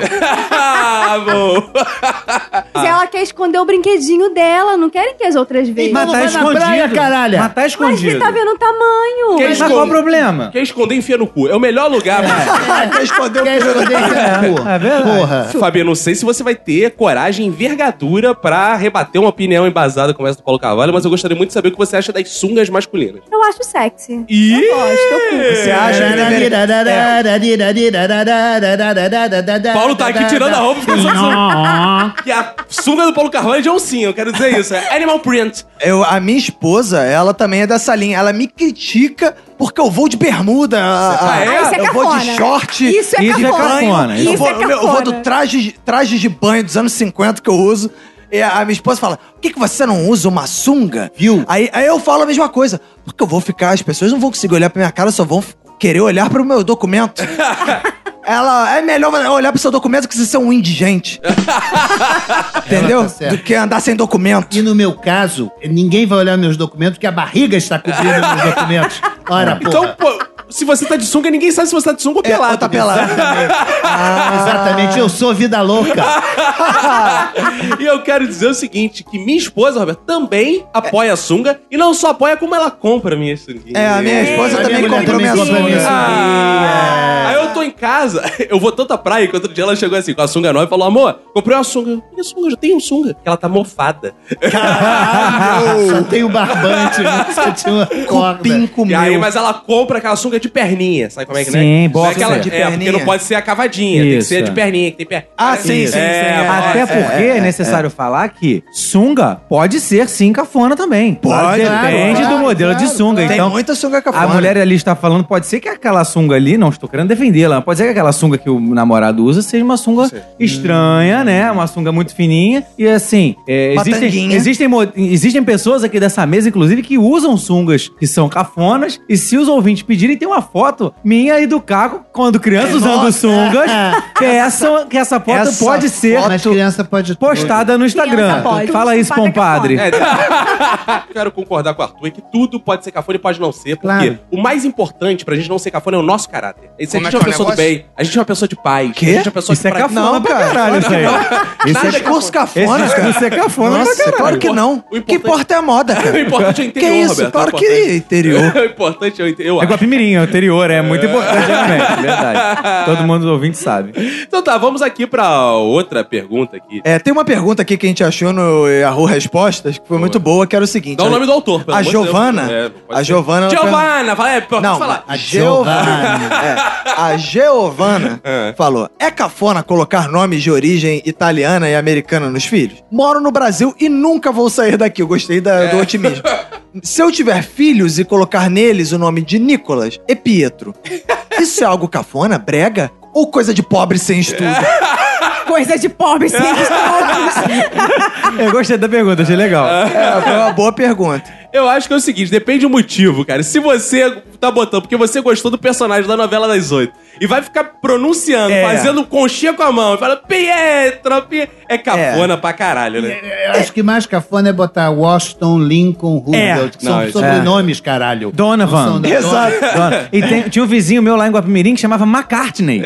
Ah, bom. Ah. Mas ela quer esconder o brinquedinho dela, não querem que as outras vejam. Mas tá Matar na escondido. praia, caralho. Matar Mas você escondido. tá vendo o tamanho. Quem Mas qual o problema? Quer esconder, enfia no cu. É o melhor lugar. pra- Quer esconder o Quer piru? esconder esse cu? É verdade. Porra. Fabinho, não sei se você vai ter coragem e envergadura pra rebater uma opinião embasada como essa do Paulo Carvalho, mas eu gostaria muito de saber o que você acha das sungas masculinas. Eu acho sexy. E... Eu gosto, eu curto. Você É, acha? é Paulo tá aqui tirando a roupa e ficando só de sunga. E a sunga do Paulo Carvalho é de oncinha, eu quero dizer isso. É Animal Print. Eu, a minha esposa, ela também é dessa linha. Ela me critica porque eu vou de bermuda. Ah, é? eu isso é vou de cafona. short. Isso é Isso é cafona. cafona, eu, Isso vou, é cafona. eu vou do traje, traje de banho dos anos 50 que eu uso. E a minha esposa fala: por que, que você não usa uma sunga? Viu? Aí, aí eu falo a mesma coisa. Porque eu vou ficar, as pessoas não vão conseguir olhar pra minha cara, só vão f- querer olhar pro meu documento. Ela é melhor olhar pro seu documento que você ser um indigente. Entendeu? Ela tá certa. Do que andar sem documento. E no meu caso, ninguém vai olhar meus documentos, porque a barriga está cobrindo meus documentos. Ora, porra. Então, pô, se você tá de sunga, ninguém sabe se você tá de sunga ou É, pelado. ou tá pelado. Ah, Exatamente, eu sou vida louca. e eu quero dizer o seguinte: que minha esposa, Roberto, também apoia a sunga. E não só apoia, como ela compra minha sunguinha. É, a minha esposa A também minha mulher comprou também minha comprou minha sunga. sunga. Ah, aí eu tô em casa, eu vou tanto à praia que outro dia ela chegou assim com a sunga nova e falou: Amor, comprei uma sunga. Minha sunga, já tenho sunga. Ela tá mofada. Só tem o barbante, né? só tinha uma corda. Pinco E aí, meu. mas ela compra aquela sunga de perninha, sabe como é que né? Sim, Não é? boxer. Aquela, De é, porque perninha. não pode ser a cavadinha, tem que Isso, ser é. de perninha, que tem perninha. Ah, sim, sim, sim. É, é. Até porque é, necessário falar que sunga pode ser sim cafona também. Pode, Depende claro, do modelo claro, de sunga. Tem então, muita sunga a cafona. mulher ali está falando, pode ser que aquela sunga ali, não estou querendo defendê-la, mas pode ser que aquela sunga que o namorado usa seja uma sunga estranha, né? Uma sunga muito fininha. E assim, é, Uma existem, tanguinha. existem, mo- existem pessoas aqui dessa mesa, inclusive, que usam sungas que são cafonas. E se os ouvintes pedirem, tem uma foto minha e do Caco, quando criança, usando Nossa. sungas. Que essa, que essa foto Essa pode ser Mas criança pode tudo. postada no Instagram. Criança pode. Fala isso, Chupada compadre. cafona. É, quero concordar com o Arthur é que tudo pode ser cafona e pode não ser. Porque Claro. o mais importante pra gente não ser cafona é o nosso caráter. Se Como a gente é é uma que é o pessoa do negócio? bem, a gente é uma pessoa de paz, Quê? a gente é uma pessoa Isso é pra- cafona Não, pra cara. caralho, isso aí. Esse Nada é discurso Esse cafona, cara. discurso é cafona pra Nossa, caralho. claro que não. O O que importa é a moda, O cara. importante é o Que interior, isso? Roberto. Claro o que é interior. O importante é o interior. É Guapimirim, é anterior, é muito importante realmente, verdade. Todo mundo ouvinte sabe. Então tá, vamos aqui pra outra pergunta aqui. É, tem uma pergunta aqui que a gente achou no Yahoo Respostas, que foi muito boa, que era o seguinte. Dá o nome do autor, pelo A amor de Deus. Giovana, É, pode a ser. Giovana... ela pergunta- Giovana, fala, é, pode Não, falar. a Giovana. é, a Giovana É. falou: é cafona colocar nomes de origem italiana e americana nos filhos? Moro no Brasil e nunca vou sair daqui. Eu gostei da- É. do otimismo. Se eu tiver filhos e colocar neles o nome de Nicolas e Pietro, isso é algo cafona, brega? Ou coisa de pobre sem estudo? É. Coisa de pobre sem estudos. Eu gostei da pergunta, achei legal. É, foi uma boa pergunta. Eu acho que é o seguinte, depende do motivo, cara. Se você tá botando porque você gostou do personagem da novela das oito e vai ficar pronunciando, É. fazendo conchinha com a mão, e fala Pietro, Pietro. É cafona pra caralho, né? Eu acho que mais cafona é botar Washington, Lincoln, Roosevelt, que Não, são isso- sobrenomes, caralho. Donovan. Não são- Dona- É. Ah, E tem- tinha um vizinho meu lá em Guapimirim que chamava McCartney.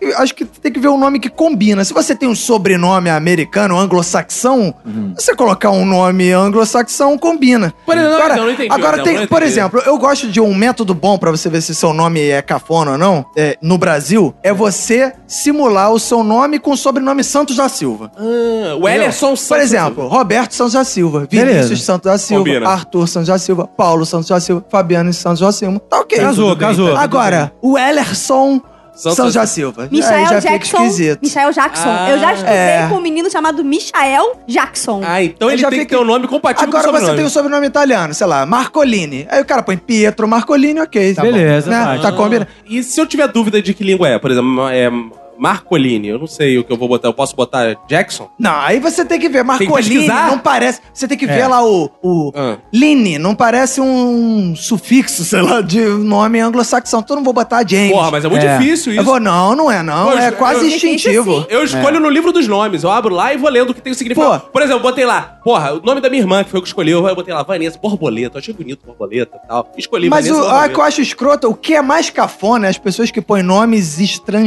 Eu Acho que tem que ver o nome nome que combina. Se você tem um sobrenome americano, anglo-saxão, Uhum. você colocar um nome anglo-saxão, combina. Por exemplo, não, não entendi, agora não, tem, não por entendi. exemplo, eu gosto de um método bom pra você ver se seu nome é cafona ou não, é, no Brasil, é você simular o seu nome com o sobrenome Santos da Silva. Ah, o Ellerson Santos. Por exemplo, Roberto Santos da Silva, Vinícius Beleza. Santos da Silva, Combina. Arthur Santos da Silva, Paulo Santos da Silva, Fabiano Santos da Silva. Tá ok. Casou, Tudo bem. casou, tudo Agora, o Ellerson Santos Santos, da da Silva. Aí Michael já fica Jackson. esquisito. Michael Jackson. Ah. eu já estudei É. com um menino chamado Michael Jackson. Ah, então Eu ele já tem que fiquei- ter um nome compatível Agora com o você tem sobrenome. o sobrenome italiano, sei lá, Marcolini. Aí o cara põe Pietro Marcolini, ok. Tá bom. Beleza, Né? vai. Tá combinado. E se eu tiver dúvida de que língua é? Por exemplo, é Marcolini. Eu não sei o que eu vou botar. Eu posso botar Jackson? Não, aí você tem que ver. que Marcolini pesquisar? não parece. Você tem que É. ver lá o. o Ah. Line, não parece um sufixo, sei lá, de nome anglo-saxão. Então eu não vou botar James. Porra, mas é muito É. difícil isso. Eu vou, não, não é, não. Pô, é eu- quase eu- instintivo. Eu escolho no livro dos nomes. Eu abro lá e vou lendo o que tem o significado. É. Pô. Por exemplo, botei lá, porra, o nome da minha irmã, que foi o que escolheu. Eu botei lá, Vanessa, borboleta. Eu achei bonito borboleta e tal. Escolhi Mas Vanessa. o ah, borboleta. que eu acho escroto, o que é mais cafona é as pessoas que põem nomes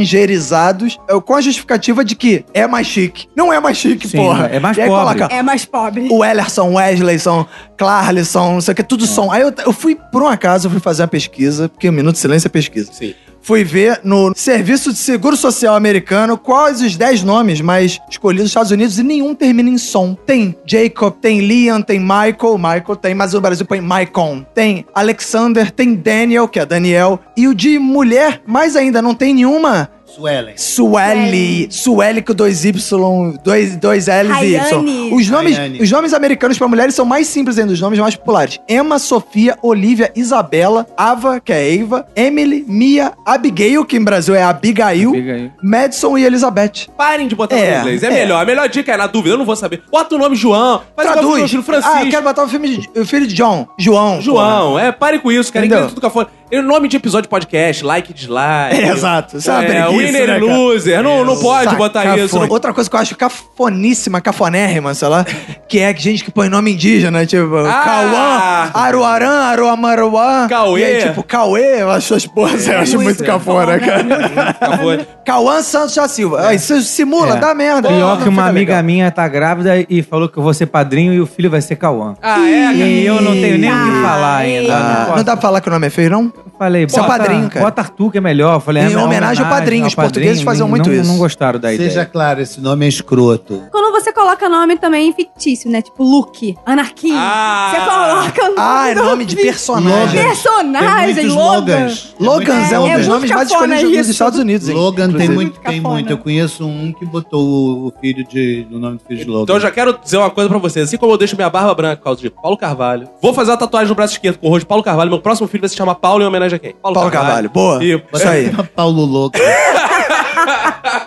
estrangeirizados é, com a justificativa de que é mais chique. Não é mais chique, Sim, porra. é mais e aí pobre. coloca É mais pobre. o Ellerson, Wesley, são Clarley, são não sei o que, tudo som. Aí eu, eu fui, por um acaso, eu fui fazer uma pesquisa, porque o Minuto de Silêncio é pesquisa. Sim. Fui ver no Serviço de Seguro Social americano quais os 10 nomes mais escolhidos nos Estados Unidos e nenhum termina em som. Tem Jacob, tem Liam, tem Michael, Michael tem, mas o Brasil põe Maicon. Tem Alexander, tem Daniel, que é Daniel. E o de mulher, mais ainda, não tem nenhuma. Suelen. Sueli, Sueli com dois Y, dois, dois L's e Rayane. Y. Os nomes, Rayane. os nomes americanos pra mulheres são mais simples ainda, os nomes mais populares. Emma, Sofia, Olivia, Isabela, Ava, que é Eva, Emily, Mia, Abigail, que em Brasil é Abigail, Madison e Elizabeth. Parem de botar É, no inglês. É, é. melhor. A melhor dica é na dúvida. Eu não vou saber. Bota o nome João. Faz igual o Traduz. João Ah, eu Francisco. quero botar o filme de, o filho de John. João. porra. João, é, pare com isso, cara. Entendeu? Inglês tudo que for. E o nome de episódio de podcast, like, dislike. É, exato. Isso é uma É, preguiça, winner né, e cara? loser. Não, não pode Saca- botar isso. cafona. Não... Tá, Outra coisa que eu acho cafoníssima, cafonérrima, sei lá, que é gente que põe nome indígena, tipo, Ah! Cauã, Aruarã, Aruamaruá. Cauê. E aí, tipo, Cauê, eu acho as porras, eu acho muito cafona, cara. Acabou. Cauã Santos da Silva. Aí você simula, É. dá merda. Pior Não que uma fica amiga legal. minha tá grávida e falou que eu vou ser padrinho e o filho vai ser Cauã. Ah, é, cara. E eu não tenho nem o que Ah, falar ainda. né? Ah, não dá pra falar que o nome é feio, não? Falei, Você é bota, padrinho, cara. bota Arthur que é melhor. Falei, é Em uma homenagem ao padrinho, ao os portugueses faziam muito não- isso. Não gostaram da ideia. Seja claro, esse nome é escroto. Quando você coloca nome também fictício, né? Tipo Luke, Anarquia. Ah. Você coloca o nome Ah, é do nome de personagem. Logan. Tem personagem, muitos Logan. Logans. Logan é um É dos muito nomes mais cafona escolhidos dos isso. Estados Unidos, hein? Logan tem Inclusive. muito, tem Cafona. muito. Eu conheço um que botou o filho de, o nome do filho de Logan. Então eu já quero dizer uma coisa pra vocês. Assim como eu deixo minha barba branca por causa de Paulo Carvalho, vou fazer uma tatuagem no braço esquerdo com o rosto de Paulo Carvalho. Meu próximo filho vai se chamar Paulo em homenagem a quem? Paulo Carvalho, boa. E- Isso aí. É Paulo Logan. É,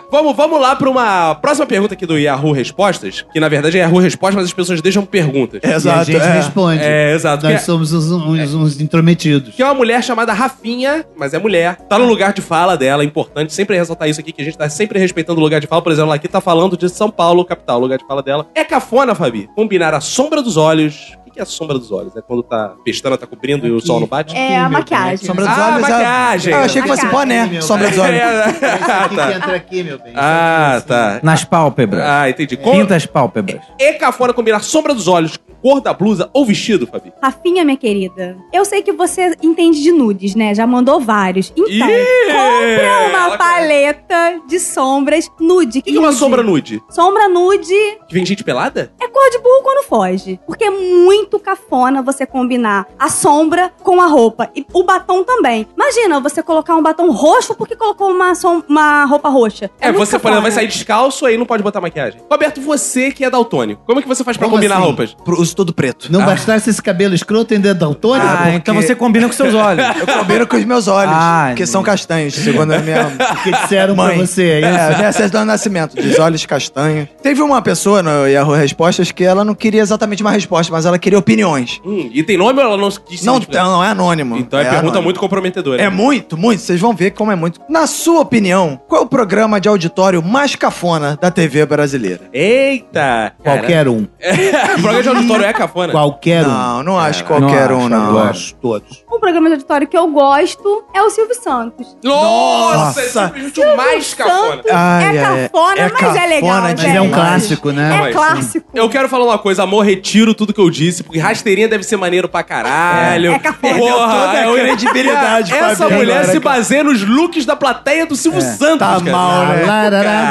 Vamos, vamos lá pra uma próxima pergunta aqui do Yahoo Respostas, que na verdade é Yahoo Respostas, mas as pessoas deixam perguntas. e a Exato. gente é. responde. É, exato. Nós Que é- somos uns, uns- uns intrometidos. Que é uma mulher chamada Rafinha, mas é mulher. Tá no lugar de fala dela, é importante sempre ressaltar isso aqui, que a gente tá sempre respeitando o lugar de fala. Por exemplo, ela aqui tá falando de São Paulo, capital, o lugar de fala dela. É cafona, Fabi. Combinar a sombra dos olhos. O que que é a sombra dos olhos? É quando tá pestana, tá cobrindo e o sol não bate? É a maquiagem. né? Sombra dos Ah, olhos é- maquiagem. Ah, Eu achei que fosse Maquiagem. boné. Sombra dos olhos. É esse ah, aqui que tá. entra aqui, meu bem. Ah, tá. Nas pálpebras. Ah, entendi. Com... Pinta as pálpebras. É cafona combinar sombra dos olhos, cor da blusa ou vestido, Fabi. Rafinha, minha querida, eu sei que você entende de nudes, né? Já mandou vários. Então, Ih, compra ela quer. uma paleta de sombras nude. O que, que é uma sombra nude? Sombra nude Que vem gente pelada? É cor de burro quando foge. Porque é muito cafona você combinar a sombra com a roupa. E o batom também. Imagina você colocar um batom roxo porque colocou uma, som- uma roupa roxa. É, muito você por cafona. exemplo, vai sair descalço aí não pode botar maquiagem. Roberto, você que é daltônico, como é que você faz pra Como combinar assim? roupas? Pro- Uso todo preto. Ah. Não bastasse esse cabelo escroto ainda é daltônico? Ah, então você combina com seus olhos. Combina com os meus olhos, Ah, que são castanhos, segundo a minha que disseram mãe. pra você. É, né? a minha certidão de nascimento, dos olhos castanhos. Teve uma pessoa no Yahoo Respostas que ela não queria exatamente uma resposta, mas ela queria opiniões. Hum, e tem nome ou ela não quis Não, identificar? não é anônimo. Então é, pergunta anônimo. muito né? comprometedora. É muito, muito. Vocês vão ver como é muito. Na sua opinião, qual é o programa de auditório mais cafona da TV brasileira? Eita! cara. Qualquer um. É, programa de Moro é cafona. Qualquer um. Não, não acho qualquer não um, acho, não. Eu acho todos. Um programa de auditório que eu gosto é o Silvio Santos. Nossa, é simplesmente o mais cafona. Santos Ai, é ai, cafona, é mas é legal, cafona velho. Mas ele é um clássico, né? É clássico. hum, Eu quero falar uma coisa, amor, retiro tudo que eu disse, porque rasteirinha deve ser maneiro pra caralho. É. É cafona. Porra, toda a eu- credibilidade, Essa Fabiano, mulher agora, se cara. baseia nos looks da plateia do Silvio Santos, Tá cara. mal, né? Tá, Tarará,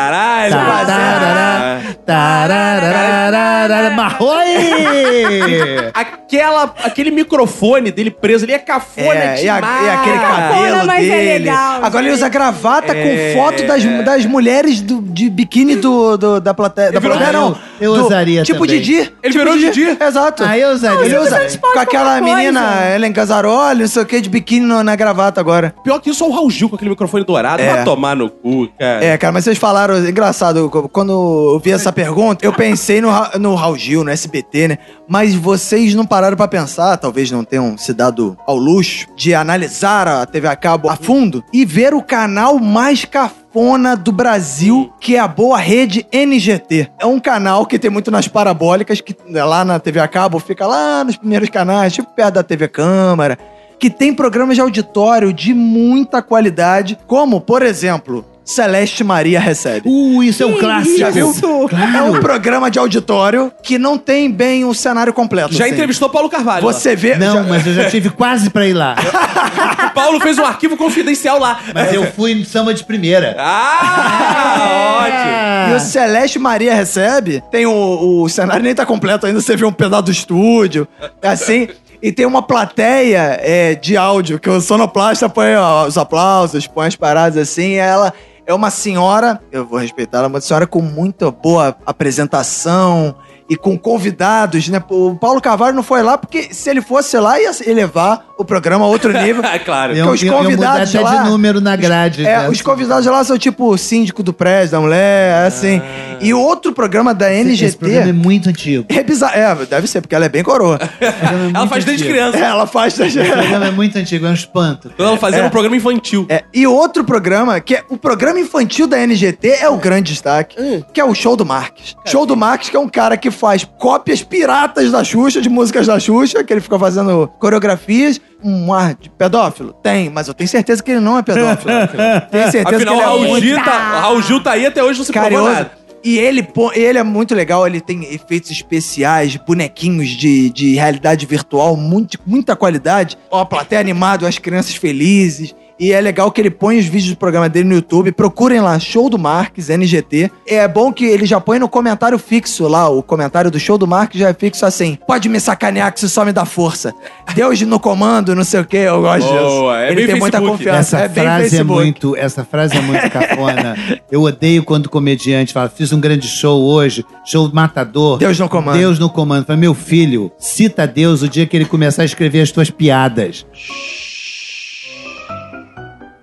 Caralho. tarará, tarará, Marroi! Aquela, aquele microfone dele preso, ele é cafona É, e, a- demais. e aquele Ah, cabelo mas é dele. legal, Agora ele gente. usa gravata É. com foto das, das mulheres do- de biquíni do, do- da plateia. Da virou- plateia, não. Ah, eu- eu do- usaria Tipo também. Didi. Ele tipo virou Didi. Exato. Aí eu usaria. ele usa também. transporta com aquela qualquer menina coisa. Ellen Casaroli, não sei o que, de biquíni no- na gravata agora. Pior que isso é o Raul Gil com aquele microfone dourado. É. Vai tomar no cu, cara. É, cara, mas vocês falaram, engraçado, quando eu vi essa pergunta, eu pensei no, Ra- no Raul Gil, no SBT, né? Mas vocês não pararam pra pensar, talvez não tenham se dado ao luxo, de analisar a TV a cabo a fundo e ver o canal mais cafona do Brasil, que é a boa rede NGT. É um canal que tem muito nas parabólicas, que é lá na TV a cabo fica lá nos primeiros canais, tipo perto da TV Câmara. Que tem programas de auditório de muita qualidade, como, por exemplo, Celeste Maria recebe. Uh, isso é um Que clássico. isso? Claro. É um programa de auditório que não tem bem o cenário completo. Já assim. entrevistou Paulo Carvalho. Você vê. já- Não, mas eu já tive quase pra ir lá. lá. Paulo fez um arquivo confidencial lá. Mas eu fui em samba de primeira. Ah, ótimo. E É. o Celeste Maria recebe, tem o, o cenário nem tá completo ainda, você vê um pedaço do estúdio, assim, e tem uma plateia é, de áudio, que o sonoplasta põe ó, os aplausos, põe as paradas assim, e ela é uma senhora, eu vou respeitar ela, é uma senhora com muita boa apresentação e com convidados, né? O Paulo Carvalho não foi lá porque se ele fosse lá ia elevar o programa a outro nível. É Ah, claro. Eu- os convidados mudei até lá- de número na grade. É, né? os convidados lá são tipo o síndico do prédio, da mulher, assim. Ah. E o outro programa da Esse- NGT. Esse programa é muito antigo. É bizarro. É, deve ser, porque ela é bem coroa. Esse programa é Ela muito faz desde antigo. criança. ela faz. Esse programa é muito antigo, é um espanto. Então ela fazendo um programa infantil. É, e outro programa, que é o programa infantil da NGT, é o grande destaque, Hum. que é o Show do Marques. Show do Marques, que é um cara que faz cópias piratas da Xuxa, de músicas da Xuxa, que ele fica fazendo coreografias. Um ar de pedófilo? Tem, mas eu tenho certeza que ele não é pedófilo. tenho certeza Afinal, que ele é Raul muito- Gil, tá, Raul Gil tá aí até hoje, não se provou Carinhoso. nada. E ele, pô- ele é muito legal, ele tem efeitos especiais, bonequinhos de, de realidade virtual, muito, muita qualidade. Ó, a plateia animada, as crianças felizes. E é legal que ele põe os vídeos do programa dele no YouTube. Procurem lá, Show do Marques, NGT. É bom que ele já põe no comentário fixo lá, o comentário do Show do Marques já é fixo assim. Pode me sacanear que isso só me dá força. Deus no comando, não sei o que, eu gosto disso. Boa, é ele bem tem muita Facebook. confiança. essa é bem frase é Facebook. muito, essa frase é muito cafona. Eu odeio quando o comediante fala: "Fiz um grande show hoje, show matador". Deus no comando. Deus no comando. Fala, meu filho, cita a Deus o dia que ele começar a escrever as tuas piadas.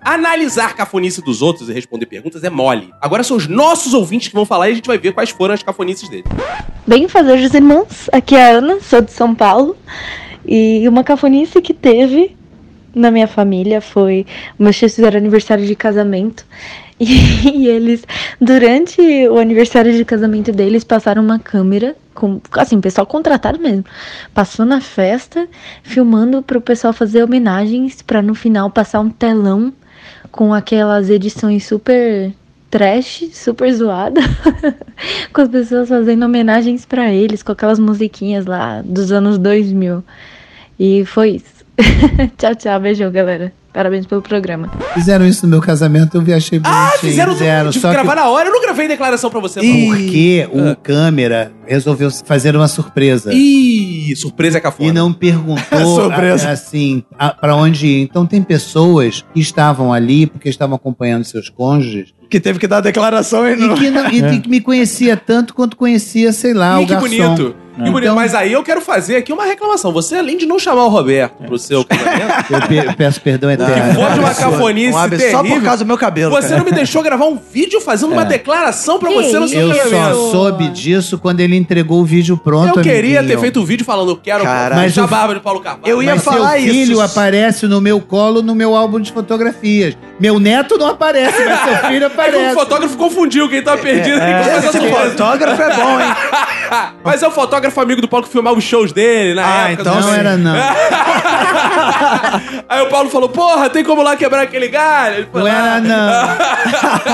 Analisar a cafonice dos outros e responder perguntas é mole. Agora são os nossos ouvintes que vão falar e a gente vai ver quais foram as cafonices dele. Bem fazer os irmãos, aqui é a Ana, sou de São Paulo. E uma cafonice que teve na minha família foi. Meus tios fizeram aniversário de casamento. E, eles, durante o aniversário de casamento deles, passaram uma câmera. Com, assim, pessoal contratado mesmo. Passou na festa, filmando pro pessoal fazer homenagens, pra no final passar um telão com aquelas edições super trash, super zoada, com as pessoas fazendo homenagens pra eles, com aquelas musiquinhas lá dos anos 2000. E foi isso. tchau, tchau, beijão, galera. Parabéns pelo programa. Fizeram isso no meu casamento, eu vi, achei bonitinho. Ah, fizeram, de só que- gravar na hora. Eu não gravei declaração pra você, Ih, porque o câmera resolveu fazer uma surpresa. não. Ih, surpresa é cafona. e não perguntou Surpresa. a- assim a- pra onde ir. Então tem pessoas que estavam ali porque estavam acompanhando seus cônjuges Que teve que dar declaração e e não. que, não- e que me conhecia tanto quanto conhecia, sei lá, Ih, o que garçom. bonito. Que bonito. Então- Mas aí eu quero fazer aqui uma reclamação. Você, além de não chamar o Roberto pro seu casamento, Eu pe- peço perdão Que foi de uma cafonice Um absurdo. Só terrível. por causa do meu cabelo. Você cara. não me deixou gravar um vídeo fazendo uma declaração pra Que você no isso? seu Eu só casamento. Isso. soube disso quando ele entregou o vídeo pronto, Eu queria amiguinho. ter feito um vídeo falando, quero Caralho. Mas Mas a o- barba de Paulo Carvalho. Eu ia Mas falar seu isso. filho aparece no meu colo no meu álbum de fotografias. Meu neto não aparece, mas seu filho É que o aparece. fotógrafo confundiu quem tá perdido. quem tá É, fazendo esse coisa. fotógrafo é bom, hein? Mas é o fotógrafo amigo do Paulo que filmava os shows dele na Ah, época. assim. então não sim. era não. Aí o Paulo falou, porra, tem como lá quebrar aquele galho? Ele "Ah, foi Não lá. era não.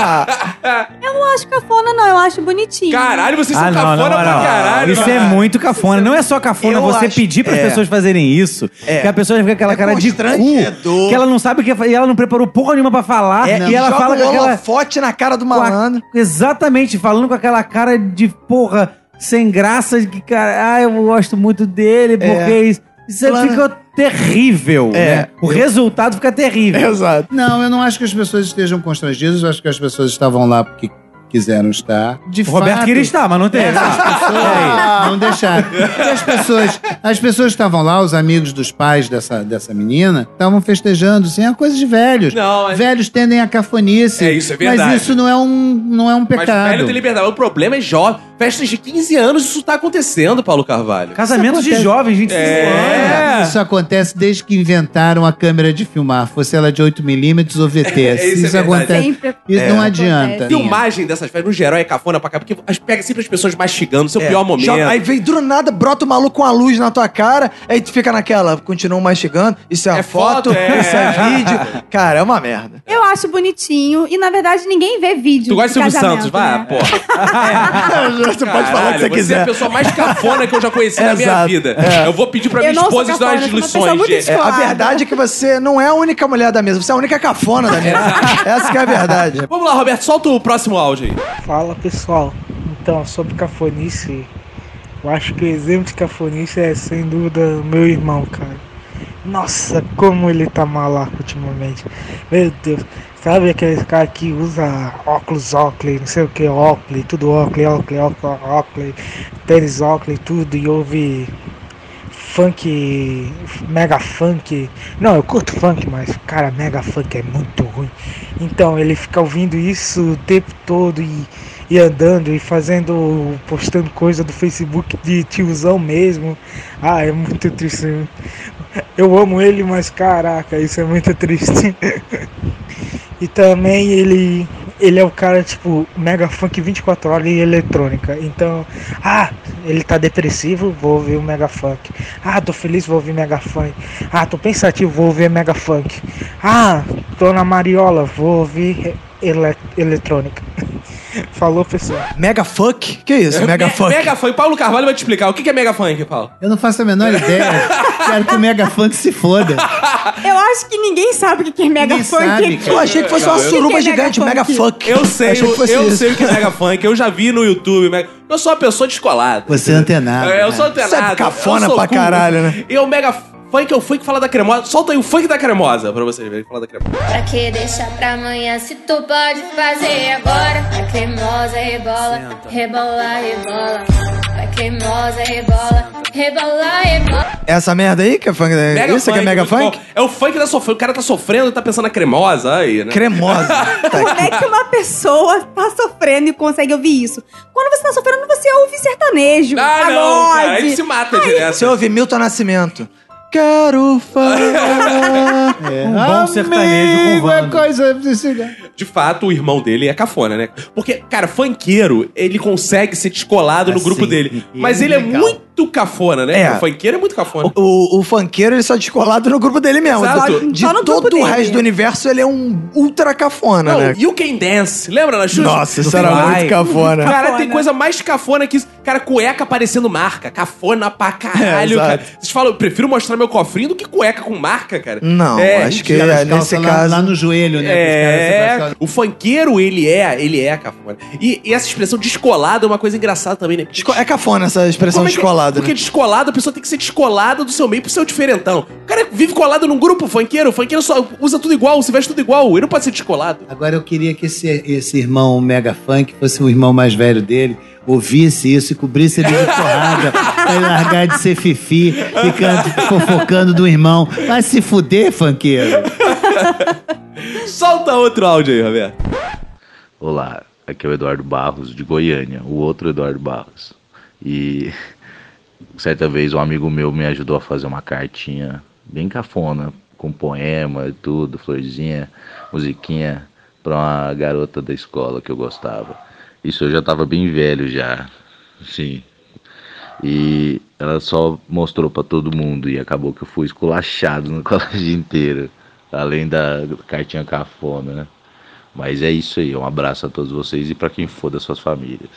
Eu não acho cafona, não. Eu acho bonitinho. Caralho, vocês são Ah, não, é cafona não, pra não. caralho. Isso mano. é muito cafona. Não é só cafona Eu você acho- pedir pras é. pessoas fazerem isso. É. Que a pessoa fica com aquela É cara de cu. constrangedor. Que ela não sabe o que é fa- e ela não preparou porra nenhuma pra falar. É, e ela joga fala um com aquela. holofote na cara do com a- malandro. Exatamente, falando com aquela cara de porra sem graça, de que cara, ah, eu gosto muito dele, porque é isso, isso Claro. fica terrível. É. né? O resultado fica terrível. Exato. Não, eu não acho que as pessoas estejam constrangidas, eu acho que as pessoas estavam lá porque quiseram estar. De O Roberto fato, queria estar, mas não teve. É. Ah, não deixaram. Porque as pessoas, as pessoas estavam lá, os amigos dos pais dessa, dessa menina, estavam festejando, assim, é coisa de velhos. Não, é- Velhos tendem a cafonice. É, isso é verdade. Mas isso não é um, não é um Mas pecado. velho tem liberdade. O problema é jovem. Festas de 15 anos, isso tá acontecendo, Paulo Carvalho. Casamentos de acontece. jovens, 25 anos. É. Isso acontece desde que inventaram a câmera de filmar, fosse ela de 8mm ou VT. É, isso é isso verdade. acontece. Sempre. Isso não acontece. adianta. Filmagem dessas festas, no geral, é cafona pra cá, porque as- pega sempre as pessoas mastigando, seu É, pior momento. joga- aí vem do nada, brota o maluco com a luz na tua cara, aí tu fica naquela, continua mastigando, isso é, É a foto, foto, é. isso é vídeo. Cara, é uma merda. Eu acho bonitinho. E, na verdade, ninguém vê vídeo Tu gosta de Silvio casamento, Santos, vai, né? porra. Você pode falar o que você Você é a quiser. pessoa mais cafona que eu já conheci na minha Exato, vida. Eu vou pedir pra Eu minha não sou esposa te dar cafona, eu sou umas uma pessoa lições. muito de- É, a Claro. verdade é que você não é a única mulher da mesa, você é a única cafona da mesa. Essa que é a verdade. Vamos lá, Roberto, solta o próximo áudio aí. Fala pessoal, então sobre cafonice, eu acho que o exemplo de cafonice é sem dúvida o meu irmão, cara. Nossa, como ele tá malaco ultimamente. Meu Deus, sabe aquele cara que usa óculos Oakley, não sei o que, Oakley, tudo Oakley, Oakley, Oakley, Oakley, tênis Oakley, tudo, e ouve funk, mega funk. Não, eu curto funk, mas cara, mega funk é muito ruim. Então ele fica ouvindo isso o tempo todo e, e andando e fazendo, postando coisa do Facebook de tiozão mesmo. Ah, é muito triste. Eu amo ele, mas caraca, isso é muito triste. E também ele ele é o cara tipo mega funk 24 horas e eletrônica. Então, ah, ele tá depressivo, vou ouvir o mega funk. Ah, tô feliz, vou ouvir mega funk. Ah, tô pensativo, vou ouvir mega funk. Ah, tô na mariola, vou ouvir ele- eletrônica. Falou, pessoal. Mega fuck? Que isso, mega Me- fuck? Mega funk. Paulo Carvalho vai te explicar. O que que é mega funk, Paulo? Eu não faço a menor ideia. Quero que o Mega Funk se foda. Eu acho que ninguém sabe o que que é mega Ninguém funk. sabe, cara. Eu achei que fosse uma Que que é suruba mega gigante, funk? mega fuck. Eu sei, Achei que eu, fosse eu isso. sei o que é mega funk. Eu já vi no YouTube. mega- Eu sou uma pessoa descolada. Você é antenado. É, eu sou cara. antenado. Isso é cafona eu sou pra cool. caralho, né? E o mega funk é o funk que fala da cremosa. Solta aí o funk da cremosa pra vocês verem. que Fala da cremosa. Pra que deixar pra amanhã se tu pode fazer agora? Vai cremosa, rebola, rebola, rebola. Vai cremosa, rebola, rebola, rebola. Essa merda aí que é funk? isso que é mega muito funk? bom. É o funk da sofrência. O cara tá sofrendo e tá pensando na cremosa. Aí, né? Cremosa. Tá Como é que uma pessoa tá sofrendo e consegue ouvir isso? Quando você tá sofrendo, você ouve sertanejo. Ah, não, cara. pagode. Aí se mata direto. Você ouve Milton Nascimento. Quero falar. Um bom sertanejo com Amigo, é Wanda. coisa... De fato, o irmão dele é cafona, né? Porque, cara, funkeiro, ele consegue ser descolado no Assim, grupo dele. e Mas é ele é legal. muito cafona, né? É. O funkeiro é muito cafona. O, o funkeiro, ele só é descolado no grupo dele mesmo. Exato. De Só no grupo todo o dele. resto do universo, ele é um ultra cafona, Não, é né? You Can Dance. Lembra na Xuxa? Nossa, isso era Vai. muito cafona. Cara, Cafona. tem coisa mais cafona que isso. Cara, cueca parecendo marca. Cafona pra caralho, É, exato. Hum, cara. Vocês falam, eu prefiro mostrar meu cofrinho do que cueca com marca, cara. Não, acho que Aquelas é, nesse calças lá, caso. lá no é, joelho, né? Que os caras É, se o funkeiro, ele é, ele é cafona. E, e essa expressão descolada é uma coisa engraçada também, né? Desco- É cafona essa expressão Como é que- descolada, Porque né? descolado, a pessoa tem que ser descolada do seu meio pro seu diferentão. O cara vive colado num grupo funkeiro, o funkeiro só usa tudo igual, se veste tudo igual, ele não pode ser descolado. Agora eu queria que esse, esse irmão mega funk fosse o irmão mais velho dele, ouvisse isso e cobrisse ele de porrada pra ele largar de ser fifi, ficando fofocando do irmão. Vai se fuder, funkeiro. Solta outro áudio aí, Roberto. Olá, aqui é o Eduardo Barros de Goiânia, o outro Eduardo Barros. E certa vez um amigo meu me ajudou a fazer uma cartinha bem cafona, com poema e tudo, florzinha, musiquinha, pra uma garota da escola que eu gostava. Isso eu já tava bem velho já, sim. E ela só mostrou pra todo mundo e acabou que eu fui esculachado no colégio inteiro, além da cartinha cafona, né? Mas é isso aí, um abraço a todos vocês e pra quem for das suas famílias.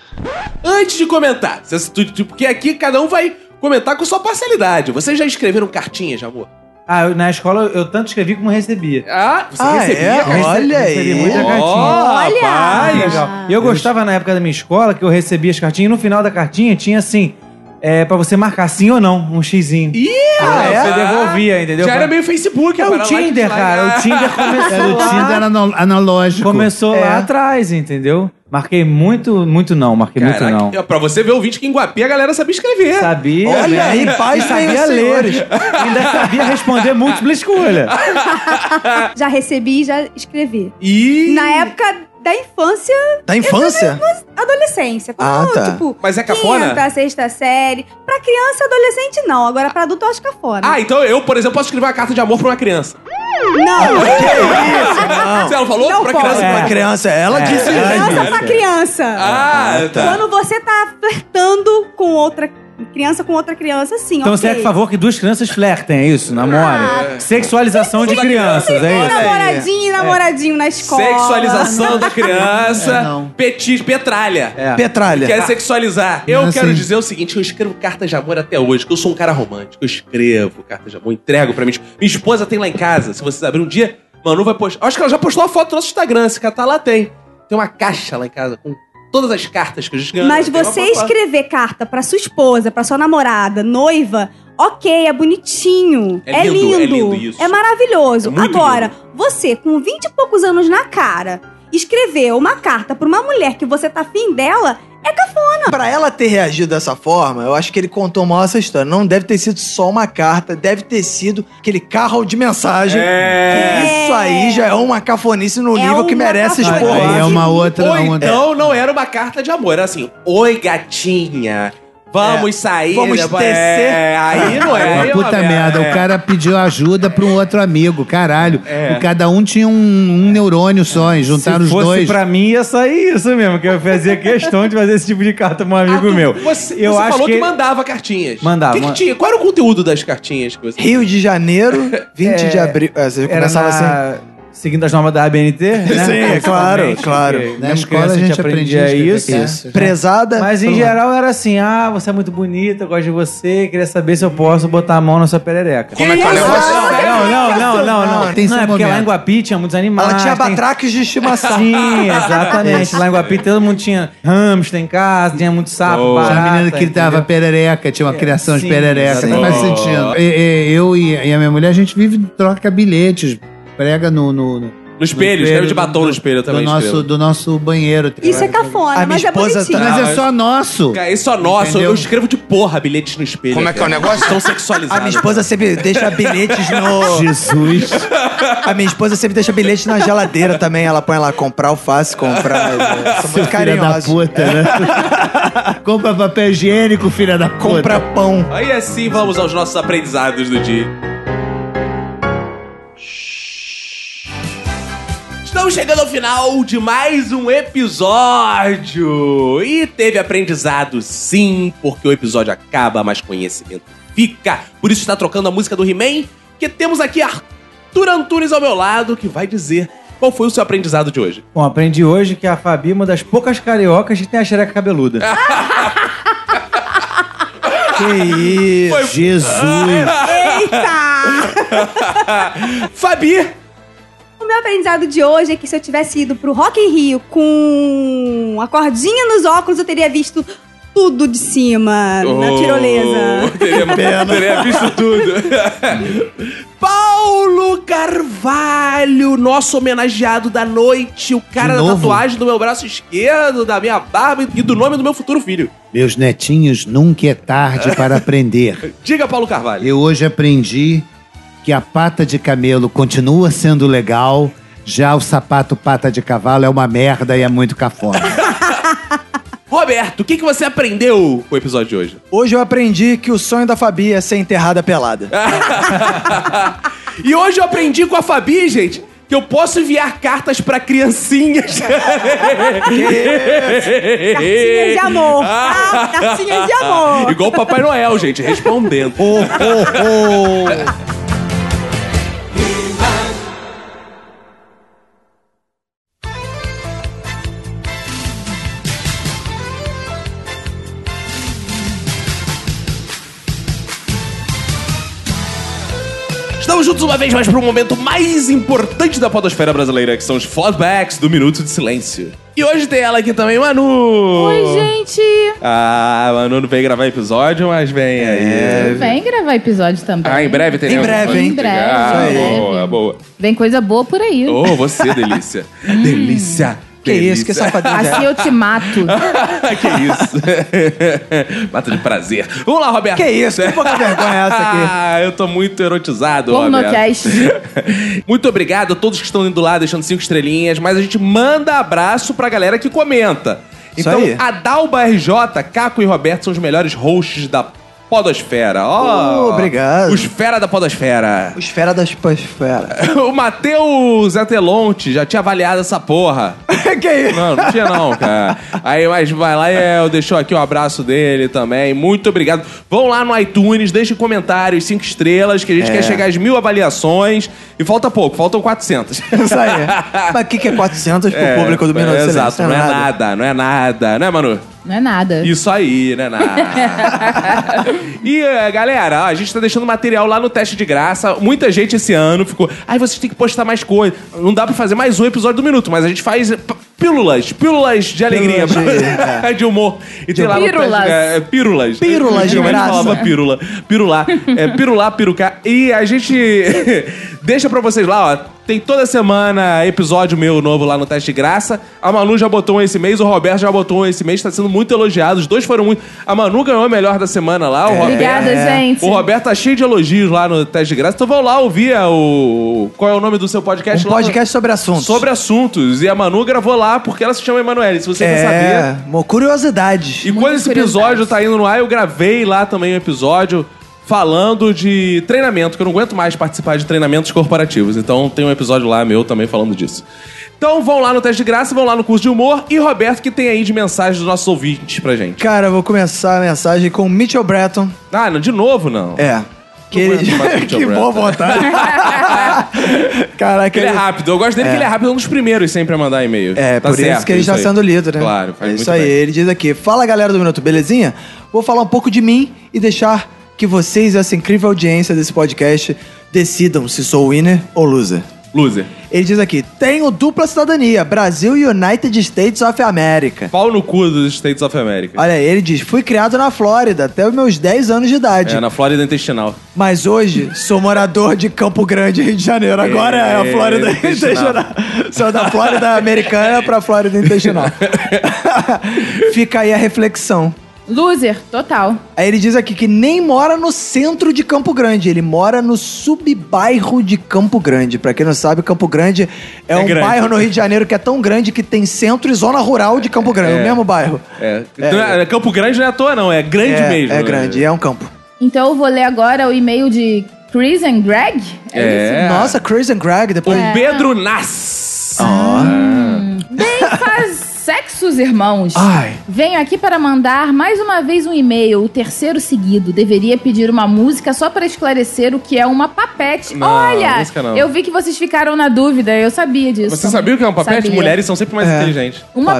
Antes de comentar, se- se tu- tu- porque aqui cada um vai comentar com sua parcialidade. Vocês já escreveram cartinhas, de amor? Ah, eu- na escola eu tanto escrevi como recebia. Ah, você ah, recebia, É? cara? Olha Rece- aí. recebi muita cartinha. Olha! Ah, legal. tá. E eu gostava na época da minha escola que eu recebia as cartinhas e no final da cartinha tinha assim, é, pra você marcar sim ou não, um xizinho. Ih, ah, é? Você devolvia, entendeu? Já era meio Facebook, É o agora lá que Tinder, lá- né?" É, cara. O Tinder começou Era o lá. Tinder era anal- analógico. Começou É. lá atrás, entendeu? Marquei muito, muito não, marquei Caraca, muito não. é, pra você ver o vídeo que em Guapi a galera sabia escrever. Sabia. né? Olha aí, tá E paz sabia meus ler. senhores. Ainda sabia responder múltipla escolha. Ah, já recebi e já escrevi. E Na época da infância. Da infância? Adolescência. Quando, Ah, tá. Tipo, Mas é cafona? Quinta, sexta série. Pra criança e adolescente, não. Agora pra adulto, eu acho cafona. Ah, então eu, por exemplo, posso escrever uma carta de amor pra uma criança. Não! é não. Você não falou? Ah, Não pra pode. criança. Pra criança, ela É. disse. Criança pra criança. Ah, tá. Quando você tá flertando com outra criança, com outra criança, sim. Então ok. você é a favor que duas crianças flertem, é isso? Namorem. Ah, Sexualização de crianças, é isso? Namoradinho e namoradinho na escola. Sexualização da criança. É, não. petis, petralha. É. Petralha. Quer sexualizar. Eu Não, quero assim- dizer o seguinte: eu escrevo cartas de amor até hoje, que eu sou um cara romântico. Eu escrevo cartas de amor, entrego pra mim. Minha esposa tem lá em casa, se vocês abrirem um dia, Manu vai postar. Acho que ela já postou a foto no nosso Instagram, se catar lá tem. Tem uma caixa lá em casa com todas as cartas que eu escrevo. Mas Tem uma você foto lá. escrever carta pra sua esposa, pra sua namorada, noiva, ok, é bonitinho. É É, lindo, lindo, é lindo isso. é maravilhoso. É muito Agora, você com 20 e poucos anos na cara, escrever uma carta pra uma mulher que você tá afim dela, é cafona. Pra ela ter reagido dessa forma, eu acho que ele contou mal essa história. Não deve ter sido só uma carta, deve ter sido aquele carro de mensagem. É. Isso aí já é uma cafonice no É nível que uma merece cafonice. expor. Aí um- é uma outra. Ou uma outra- então não era uma carta de amor, era assim: Oi, gatinha. Vamos sair. Vamos depois-" tecer. É, aí não é. aí Uma é puta merda, é. o cara pediu ajuda pra um outro amigo, caralho. O Cada um tinha um, um neurônio só, e juntaram Se os fosse dois. pra mim, ia sair isso mesmo, que eu fazia questão de fazer esse tipo de carta pra um Ah, amigo tu- meu. Você, eu você acho falou que... que mandava cartinhas. Mandava, O Que que ma- tinha? Qual era o conteúdo das cartinhas que você. Rio de Janeiro, 20 de É, abril. É, você era começava assim. na- seguindo as normas da ABNT, né? Sim, é claro, Principalmente, claro. porque Na nas escola crianças a gente aprendia a escrever é isso. né? carta. né? Prezada. Mas em Pronto. geral era assim, ah, você é muito bonita, eu gosto de você, queria saber se eu posso botar a mão na sua perereca. Como é que é o negócio? Não, não, não, não, não. Ah, Tem não, esse é porque lá momento. em Guapi tinha muitos animais. Ela tinha tem- batraques de estimação. Sim, exatamente. Lá em Guapi todo mundo tinha hamster em casa, tinha muito sapo, barata. Tinha uma menina que entendeu? gritava perereca, tinha uma criação É, sim, de perereca, não faz exatamente. sentido. E- e- eu e, e a minha mulher, a gente vive, troca bilhetes, prega no, no, no, No espelho, escreve de batom no espelho eu do, também. nosso, escrevo. do nosso banheiro. Isso é cafona, A minha mas é esposa bonitinho. Mas é só nosso. Cara, isso é nosso. Entendeu? Eu escrevo de porra bilhetes no espelho. Como é que é o cara. negócio? São A sexualizados. minha esposa sempre deixa bilhetes no. Jesus. A minha esposa sempre deixa bilhetes na geladeira também. Ela põe lá comprar alface, comprar. é, São Seu muito filho da carinhosos. puta, né? Compra papel higiênico, filha da puta. Comprar pão. Aí assim vamos aos nossos aprendizados do dia. Estamos chegando ao final de mais um episódio. E teve aprendizado, sim, porque o episódio acaba, mas conhecimento fica. Por isso está trocando a música do He-Man, que temos aqui Arthur Antunes ao meu lado, que vai dizer qual foi o seu aprendizado de hoje. Bom, aprendi hoje que a Fabi é uma das poucas cariocas que tem a xereca cabeluda. Que isso. Jesus. tá. Eita! Fabi! O meu aprendizado de hoje é que se eu tivesse ido pro Rock in Rio com a cordinha nos óculos, eu teria visto tudo de cima na tirolesa. Oh, Teria, teria visto tudo. Paulo Carvalho, nosso homenageado da noite, o cara De da novo? tatuagem do meu braço esquerdo, da minha barba e do nome do meu futuro filho. Meus netinhos, nunca é tarde para aprender. Diga, Paulo Carvalho. Eu hoje aprendi que a pata de camelo continua sendo legal, Já o sapato pata de cavalo é uma merda e é muito cafona. Roberto, o que, que você aprendeu com o episódio de hoje? Hoje eu aprendi que o sonho da Fabi é ser enterrada pelada. Ah, e hoje eu aprendi com a Fabi, gente, que eu posso enviar cartas pra criancinhas. Cartinhas de amor. Ah, cartinhas de amor. Igual o Papai Noel, gente, respondendo. Estamos juntos uma vez mais para o momento mais importante da podosfera brasileira, que são os flashbacks do Minuto de Silêncio. E hoje tem ela aqui também, Manu! Oi, gente! Ah, Manu não veio gravar episódio, mas vem É. aí. Vem gravar episódio também. Ah, em breve teremos. Em breve, Vamos hein? chegar. Em breve. Ah, Boa, boa. Vem coisa boa por aí. Oh, você, delícia. Hum, delícia. Que isso, que Assim eu te mato. que isso. Mata de prazer. Vamos lá, Roberto. Que isso, que pouca vergonha é essa aqui? Ah, eu tô muito erotizado, Pornocast. Roberto. muito obrigado a todos que estão indo lá, deixando cinco estrelinhas, mas a gente manda abraço pra galera que comenta. Isso Então, aí. Adalba RJ, Caco e Roberto são os melhores hosts da Podosfera. Ó, Oh, obrigado. Os fera da Podosfera. Os fera das pasfera. O Matheus Atelonte já tinha avaliado essa porra. que isso? Não, não tinha não, cara. Aí, mas vai lá e é, eu deixou aqui o abraço dele também. Muito obrigado. Vão lá no iTunes, deixem comentários, cinco estrelas, que a gente É. quer chegar às mil avaliações. E falta pouco, faltam 400. Isso aí. Mas o que, que é 400 pro É, público do Minuto é, de Silêncio? Exato, não é nada, não é nada. Não é, Manu? Não é nada. Isso aí, né, Ná? e, eh, galera, ó, a gente tá deixando material lá no teste de graça. Muita gente esse ano ficou... Ai, vocês têm que postar mais coisa. Não dá pra fazer mais um episódio do Minuto, mas a gente faz eh, p- pílulas. Pílulas de alegria. de- é. De, humor. E tem lá no teste de Pílulas. graça. é, Pílulas. Pílulas de Antigamente graça. falava pírula. Pirular. É, pirular, perucar. E a gente deixa pra vocês lá, ó. Tem toda semana episódio meu novo lá no Teste de Graça. A Manu já botou um esse mês, o Roberto já botou um esse mês. Tá sendo muito elogiado. Os dois foram muito... A Manu ganhou a melhor da semana lá, o É. Roberto... É. Obrigada, gente. O Roberto tá cheio de elogios lá no Teste de Graça. Então vão lá ouvir a- o... Qual é o nome do seu podcast? Um lá? podcast sobre assuntos. Sobre assuntos. E a Manu gravou lá porque ela se chama Emanuele. Se você quer saber... É, mo- curiosidades. E quando esse episódio tá indo no ar, eu gravei lá também um episódio falando de treinamento, que eu não aguento mais participar de treinamentos corporativos. Então tem um episódio lá meu também falando disso. Então vão lá no teste de graça, vão lá no curso de humor e Roberto que tem aí de mensagem dos nossos ouvintes pra gente. Cara, eu vou começar a mensagem com o Mitchell Breton. Ah, não, de novo não. É. Que, aguento mais o ele... Mitchell que boa Breton. vontade. Caraca, Que ele é rápido. Eu gosto dele que ele é rápido, é um dos primeiros sempre a mandar e-mail. É, Tá por isso certo, que ele está aí. sendo lido, né? Claro, faz é muito isso aí. bem. Ele diz aqui: Fala galera do Minuto, belezinha? Vou falar um pouco de mim e deixar que vocês, essa incrível audiência desse podcast, decidam se sou winner ou loser. Loser. Ele diz aqui: Tenho dupla cidadania, Brasil e United States of America. Pau no cu dos States of America. Olha, aí, ele diz: Fui criado na Flórida até os meus 10 anos de idade. É, na Flórida Intestinal. Mas hoje sou morador de Campo Grande, Rio de Janeiro. Agora é a Flórida Intestinal. Sou da Flórida Americana pra Flórida Intestinal. Fica aí a reflexão. Loser, total. Aí ele diz aqui que nem mora no centro de Campo Grande, ele mora no subbairro de Campo Grande. Pra quem não sabe, Campo Grande é, É um grande. bairro no Rio de Janeiro que é tão grande que tem centro e zona rural de Campo Grande, é, o mesmo bairro. É. Então, é, Campo Grande não é à toa, não. É grande é, mesmo. É né? grande, e é um campo. Então eu vou ler agora o e-mail de Chris and Greg. É. Nossa, Chris and Greg, O depois. É. Pedro Nas. Ah. Bem faz sexos, irmãos. Ai. Venho aqui para mandar mais uma vez um e-mail, o terceiro seguido. Deveria pedir uma música só para esclarecer o que é uma papete. Não, Olha, Ah, música não. eu vi que vocês ficaram na dúvida, eu sabia disso. Você sabia o que é um papete? Sabia. Mulheres são sempre mais É. inteligentes. Uma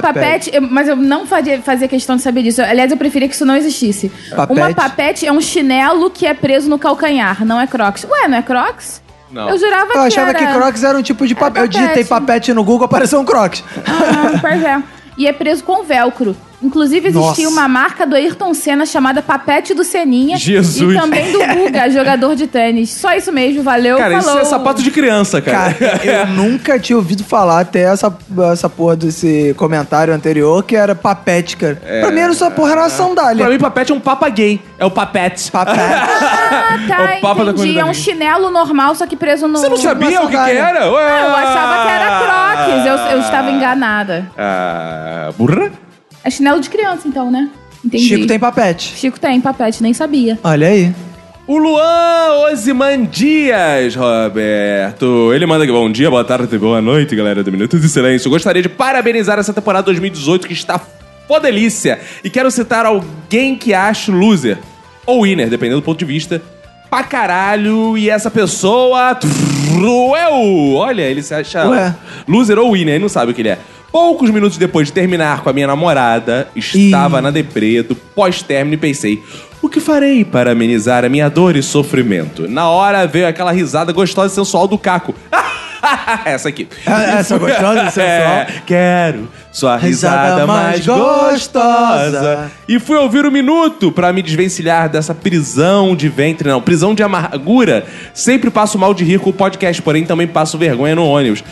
papete, Papete. eu- mas eu não fazia, fazia questão de saber disso. É Aliás, eu preferia que isso não existisse. Papete? Uma papete é um chinelo que é preso no calcanhar, não é crocs. Ué, não é crocs? Não. Eu jurava Eu achava que que era... Crocs era um tipo de papel. Eu papete. digitei papete no Google, apareceu um Crocs. Ah, pois é. E é preso com velcro. Inclusive, existia Nossa. uma marca do Ayrton Senna chamada Papete do Seninha. Jesus. E também do Guga, jogador de tênis. Só isso mesmo, valeu, cara, falou. isso é sapato de criança, cara. Cara, eu nunca tinha ouvido falar até essa, essa porra desse comentário anterior que era É. papete, cara. Pra mim, essa porra era uma sandália. pra mim, papete é um papa gay. É o papete. Papete. Ah, tá, O Papa da entendi. É um Comunidade. chinelo normal, só que preso no... Você não sabia o que, né? que era? Ah, eu achava que era crocs. Eu, eu estava enganada. Ah, burra? É chinelo de criança, então, né? Entendi. Chico tem papete. Chico tem papete, nem sabia. Olha aí. O Luan Osimandias, Roberto. Ele manda aqui, bom dia, boa tarde, boa noite, galera do Minuto de Silêncio. Gostaria de parabenizar essa temporada 2018 que está fodelícia. E quero citar alguém que acho loser, ou winner, dependendo do ponto de vista, pra caralho. E essa pessoa... Eu! Olha, ele se acha Ué. loser ou winner, ele não sabe o que ele é. Poucos minutos depois de terminar com a minha namorada, estava na deprê do pós-término e pensei... O que farei para amenizar a minha dor e sofrimento? Na hora veio aquela risada gostosa e sensual do Caco. essa aqui. Ah, essa gostosa e sensual? É, quero sua risada, Risada mais mais gostosa. gostosa. E fui ouvir o minuto pra me desvencilhar dessa prisão de ventre, não, prisão de amargura. Sempre passo mal de rir com o podcast, porém também passo vergonha no ônibus.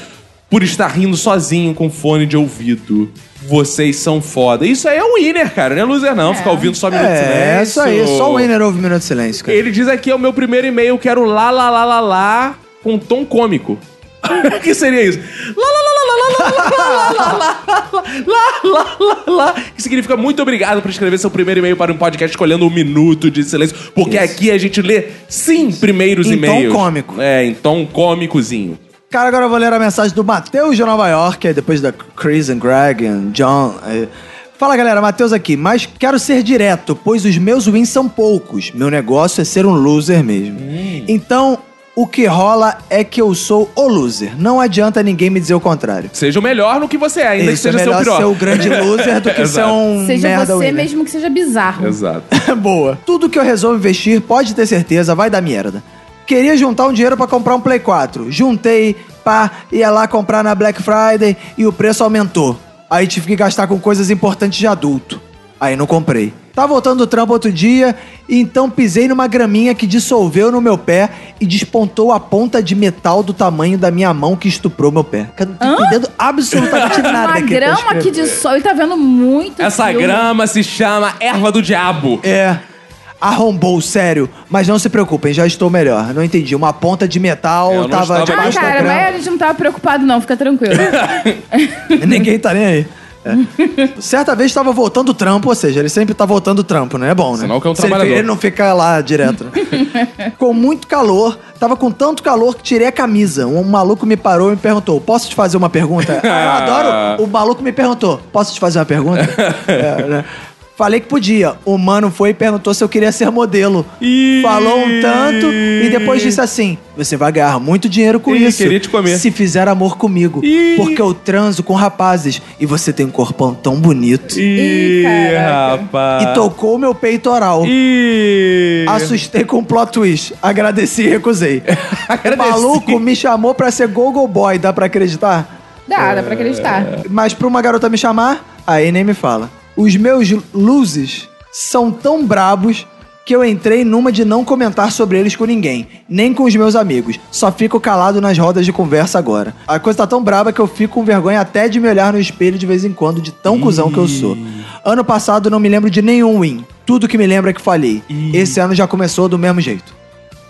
Por estar rindo sozinho com fone de ouvido. Vocês são foda. Isso aí é um winner, cara, não é loser não, ficar ouvindo só minuto de É, silêncio. isso aí. Só o Winner ouve Minuto de Silêncio, cara. Ele diz aqui, é o meu primeiro e-mail, quero lá, lá, lá, lá, lá, com tom cômico. O que seria isso? Lá, lá, lá, lá, lá, lá, lá, lá, lá, lá, lá, lá, lá, que significa muito obrigado por escrever seu primeiro e-mail para um podcast escolhendo um minuto de silêncio, porque aqui a gente lê, sim, primeiros Em tom e-mails. cômico. É, em tom cômicozinho. Cara, agora eu vou ler a mensagem do Matheus de Nova York, aí depois da Chris and Greg and John. aí. Fala galera, Matheus aqui, mas quero ser direto, pois os meus wins são poucos. Meu negócio é ser um loser mesmo. Hum. Então, o que rola é que eu sou o loser. Não adianta ninguém me dizer o contrário. Seja o melhor no que você é, ainda Isso, que seja é seu melhor pior. ser o grande loser do que ser Exato. um Seja merda você winner. mesmo que seja bizarro. Exato. Boa. Tudo que eu resolvo investir, pode ter certeza, vai dar merda. Queria juntar um dinheiro pra comprar um Play 4. Juntei, pá, ia lá comprar na Black Friday e o preço aumentou. Aí tive que gastar com coisas importantes de adulto. Aí não comprei. Tá voltando do trampo outro dia, e então pisei numa graminha que dissolveu no meu pé e despontou a ponta de metal do tamanho da minha mão que estuprou meu pé. Cara, não tô entendendo absolutamente nada. Uma daquilo que tá eu grama escrevo. aqui de sol, ele tá vendo muito Essa filme. grama se chama erva do diabo. É. Arrombou, sério. Mas não se preocupem, já estou melhor. Não entendi. Uma ponta de metal Eu não tava estava- debaixo Ah, da cara, grama. mas a gente não tava preocupado não, fica tranquilo. Ninguém tá nem aí. É. Certa vez estava voltando o trampo, ou seja, ele sempre tá voltando o trampo, né? É bom, né? Sinal que é um Se ele- trabalhador. Ele não fica lá direto. né? com muito calor, tava com tanto calor que tirei a camisa. Um maluco me parou e me perguntou: Posso te fazer uma pergunta? Ah, Eu adoro. O maluco me perguntou: Posso te fazer uma pergunta? É, né? Falei que podia. O mano foi e perguntou se eu queria ser modelo. Falou um tanto e depois disse assim: Você vai ganhar muito dinheiro com Ih, isso. queria te comer. Se fizer amor comigo. Porque eu transo com rapazes. E você tem um corpão tão bonito. Ih, rapaz. E tocou meu peitoral. Ih. Assustei com um plot twist. Agradeci e recusei. o maluco me chamou pra ser Google Boy, dá pra acreditar? Dá, dá pra acreditar. Mas pra uma garota me chamar, aí nem me fala. Os meus luzes são tão brabos que eu entrei numa de não comentar sobre eles com ninguém, nem com os meus amigos. Só fico calado nas rodas de conversa agora. A coisa tá tão braba que eu fico com vergonha até de me olhar no espelho de vez em quando, de tão cuzão que eu sou. Ano passado não me lembro de nenhum win. Tudo que me lembra é que falhei. Esse ano já começou do mesmo jeito.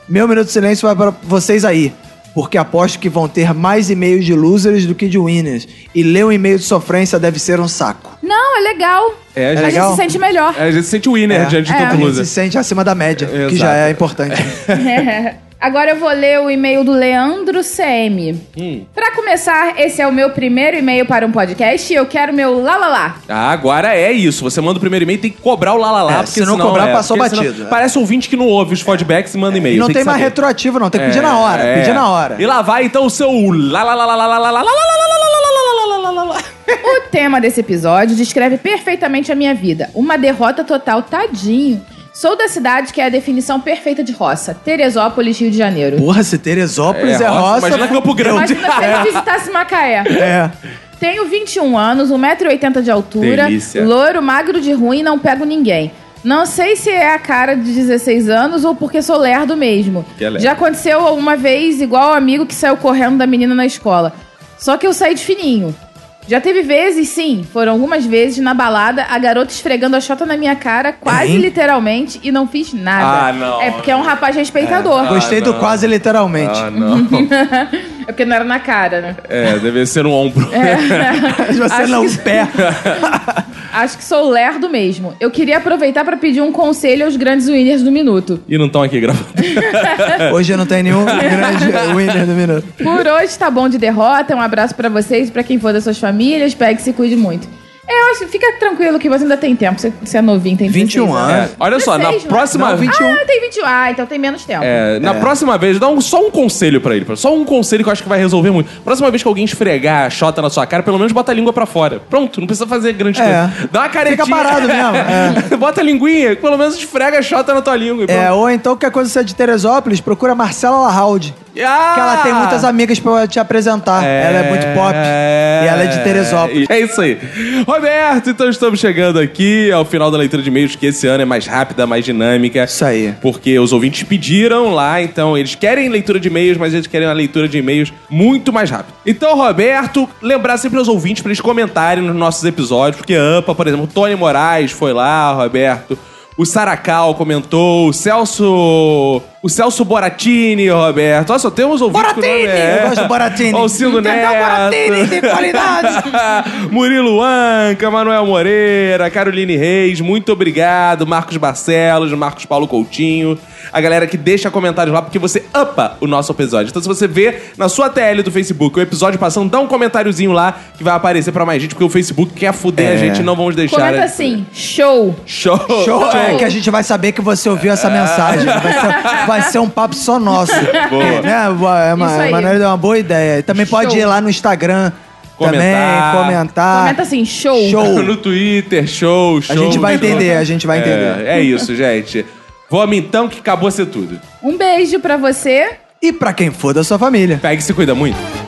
Meu minuto de silêncio vai para vocês aí, porque aposto que vão ter mais e-mails de losers do que de winners. E ler um e-mail de sofrência deve ser um saco. Não, é legal. É, a gente legal? se sente melhor. A Né, gente se sente winner diante de É. tanto A gente loser. Se sente acima da média, Exato. que já é importante. É. Agora eu vou ler o e-mail do Leandro CM. Pra começar, esse é o meu primeiro e-mail para um podcast e eu quero meu lá lá lá. Ah, agora é isso. Você manda o primeiro e-mail, tem que cobrar o lalalá. É, porque se não senão, cobrar, é, passou porque senão batido, é. Parece ouvinte que não ouve os feedbacks e manda e-mail. não que tem mais saber. retroativo, não. Tem que É, pedir na hora. é. Pedir na hora. E lá vai então o seu lalalalalalalalalá. O tema desse episódio descreve perfeitamente a minha vida. Uma derrota total, tadinho. Sou da cidade que é a definição perfeita de roça, Teresópolis, Rio de Janeiro. Porra, se Teresópolis É, é, roça, roça. imagina Campo Grande. Imagina se eu visitasse Macaé. É. Tenho 21 anos, 1,80m de altura, Delícia. loiro, magro de ruim e não pego ninguém. Não sei se é a cara de 16 anos ou porque sou lerdo mesmo. Que é lerdo. Já aconteceu uma vez igual o amigo que saiu correndo da menina na escola. Só que eu saí de fininho. Já teve vezes, sim, foram algumas vezes na balada, a garota esfregando a chota na minha cara, quase Hein? literalmente, e não fiz nada. Ah, não. É. É porque é um rapaz respeitador. Gostei do quase literalmente. Ah, não. é porque não era na cara, né? É, deve ser no ombro. Ah. É. Acho que- pé. Acho que sou lerdo mesmo. Eu queria aproveitar pra pedir um conselho aos grandes winners do minuto. E não estão aqui gravando. Hoje não tem nenhum grande winner do minuto. Por hoje tá bom de derrota. Um abraço pra vocês, pra quem for das suas famílias. Pegue e se cuide muito. É, eu acho, fica tranquilo que você ainda tem tempo. Você, você é novinho, tem 21 É, olha só, na próxima- Não, 21. Ah, tem 21. Ah, então tem menos tempo. É, na próxima vez, dá um- só um conselho pra ele. Só um conselho que eu acho que vai resolver muito. Próxima vez que alguém esfregar a chota na sua cara, pelo menos bota a língua pra fora. Pronto, não precisa fazer grande É. coisa. Dá uma caretinha. Fica parado mesmo, bota a linguinha, pelo menos esfrega a chota na tua língua. e É, pronto. ou então qualquer coisa se é de Teresópolis, procura Marcela Lahaud. Ah! Que ela tem muitas amigas pra te apresentar. Ela é muito pop. E ela é de Teresópolis. É isso aí. Roberto, então estamos chegando aqui ao final da leitura de e-mails, que esse ano é mais rápida, mais dinâmica. Isso aí. Porque os ouvintes pediram lá, então eles querem leitura de e-mails, mas eles querem uma leitura de e-mails muito mais rápida. Então, Roberto, lembrar sempre aos ouvintes para eles comentarem nos nossos episódios, porque AMPA, por exemplo, o Tony Moraes foi lá, Roberto. O Saracal comentou, o Celso. O Celso Boratini, Roberto. Olha só, temos ouvintes que o nome é- Eu gosto do Boratini. Olha o Silvio Entendeu, Neto. Boratini, de qualidade. Murilo Anca, Manuel Moreira, Caroline Reis, muito obrigado. Marcos Barcelos, Marcos Paulo Coutinho. A galera que deixa comentários lá, porque você upa o nosso episódio. Então, se você vê na sua TL do Facebook o episódio passando, dá um comentáriozinho lá que vai aparecer pra mais gente, porque o Facebook quer fuder É. a gente e não vamos deixar. né? Comenta assim, show. Show. Show, é que a gente vai saber que você ouviu essa mensagem. Vai ser, vai ser um papo só nosso. Boa. É, né? É uma, Isso aí. Manoel deu uma boa ideia. E Também pode Show. ir lá no Instagram. Comentar. Também, comentar. Comenta assim, show. No Twitter, show, show. A gente vai show. entender, a gente vai É, entender. É, isso, gente. Vamos então que acabou ser tudo. Um beijo pra você. E pra quem for da sua família. Pega e se cuida muito.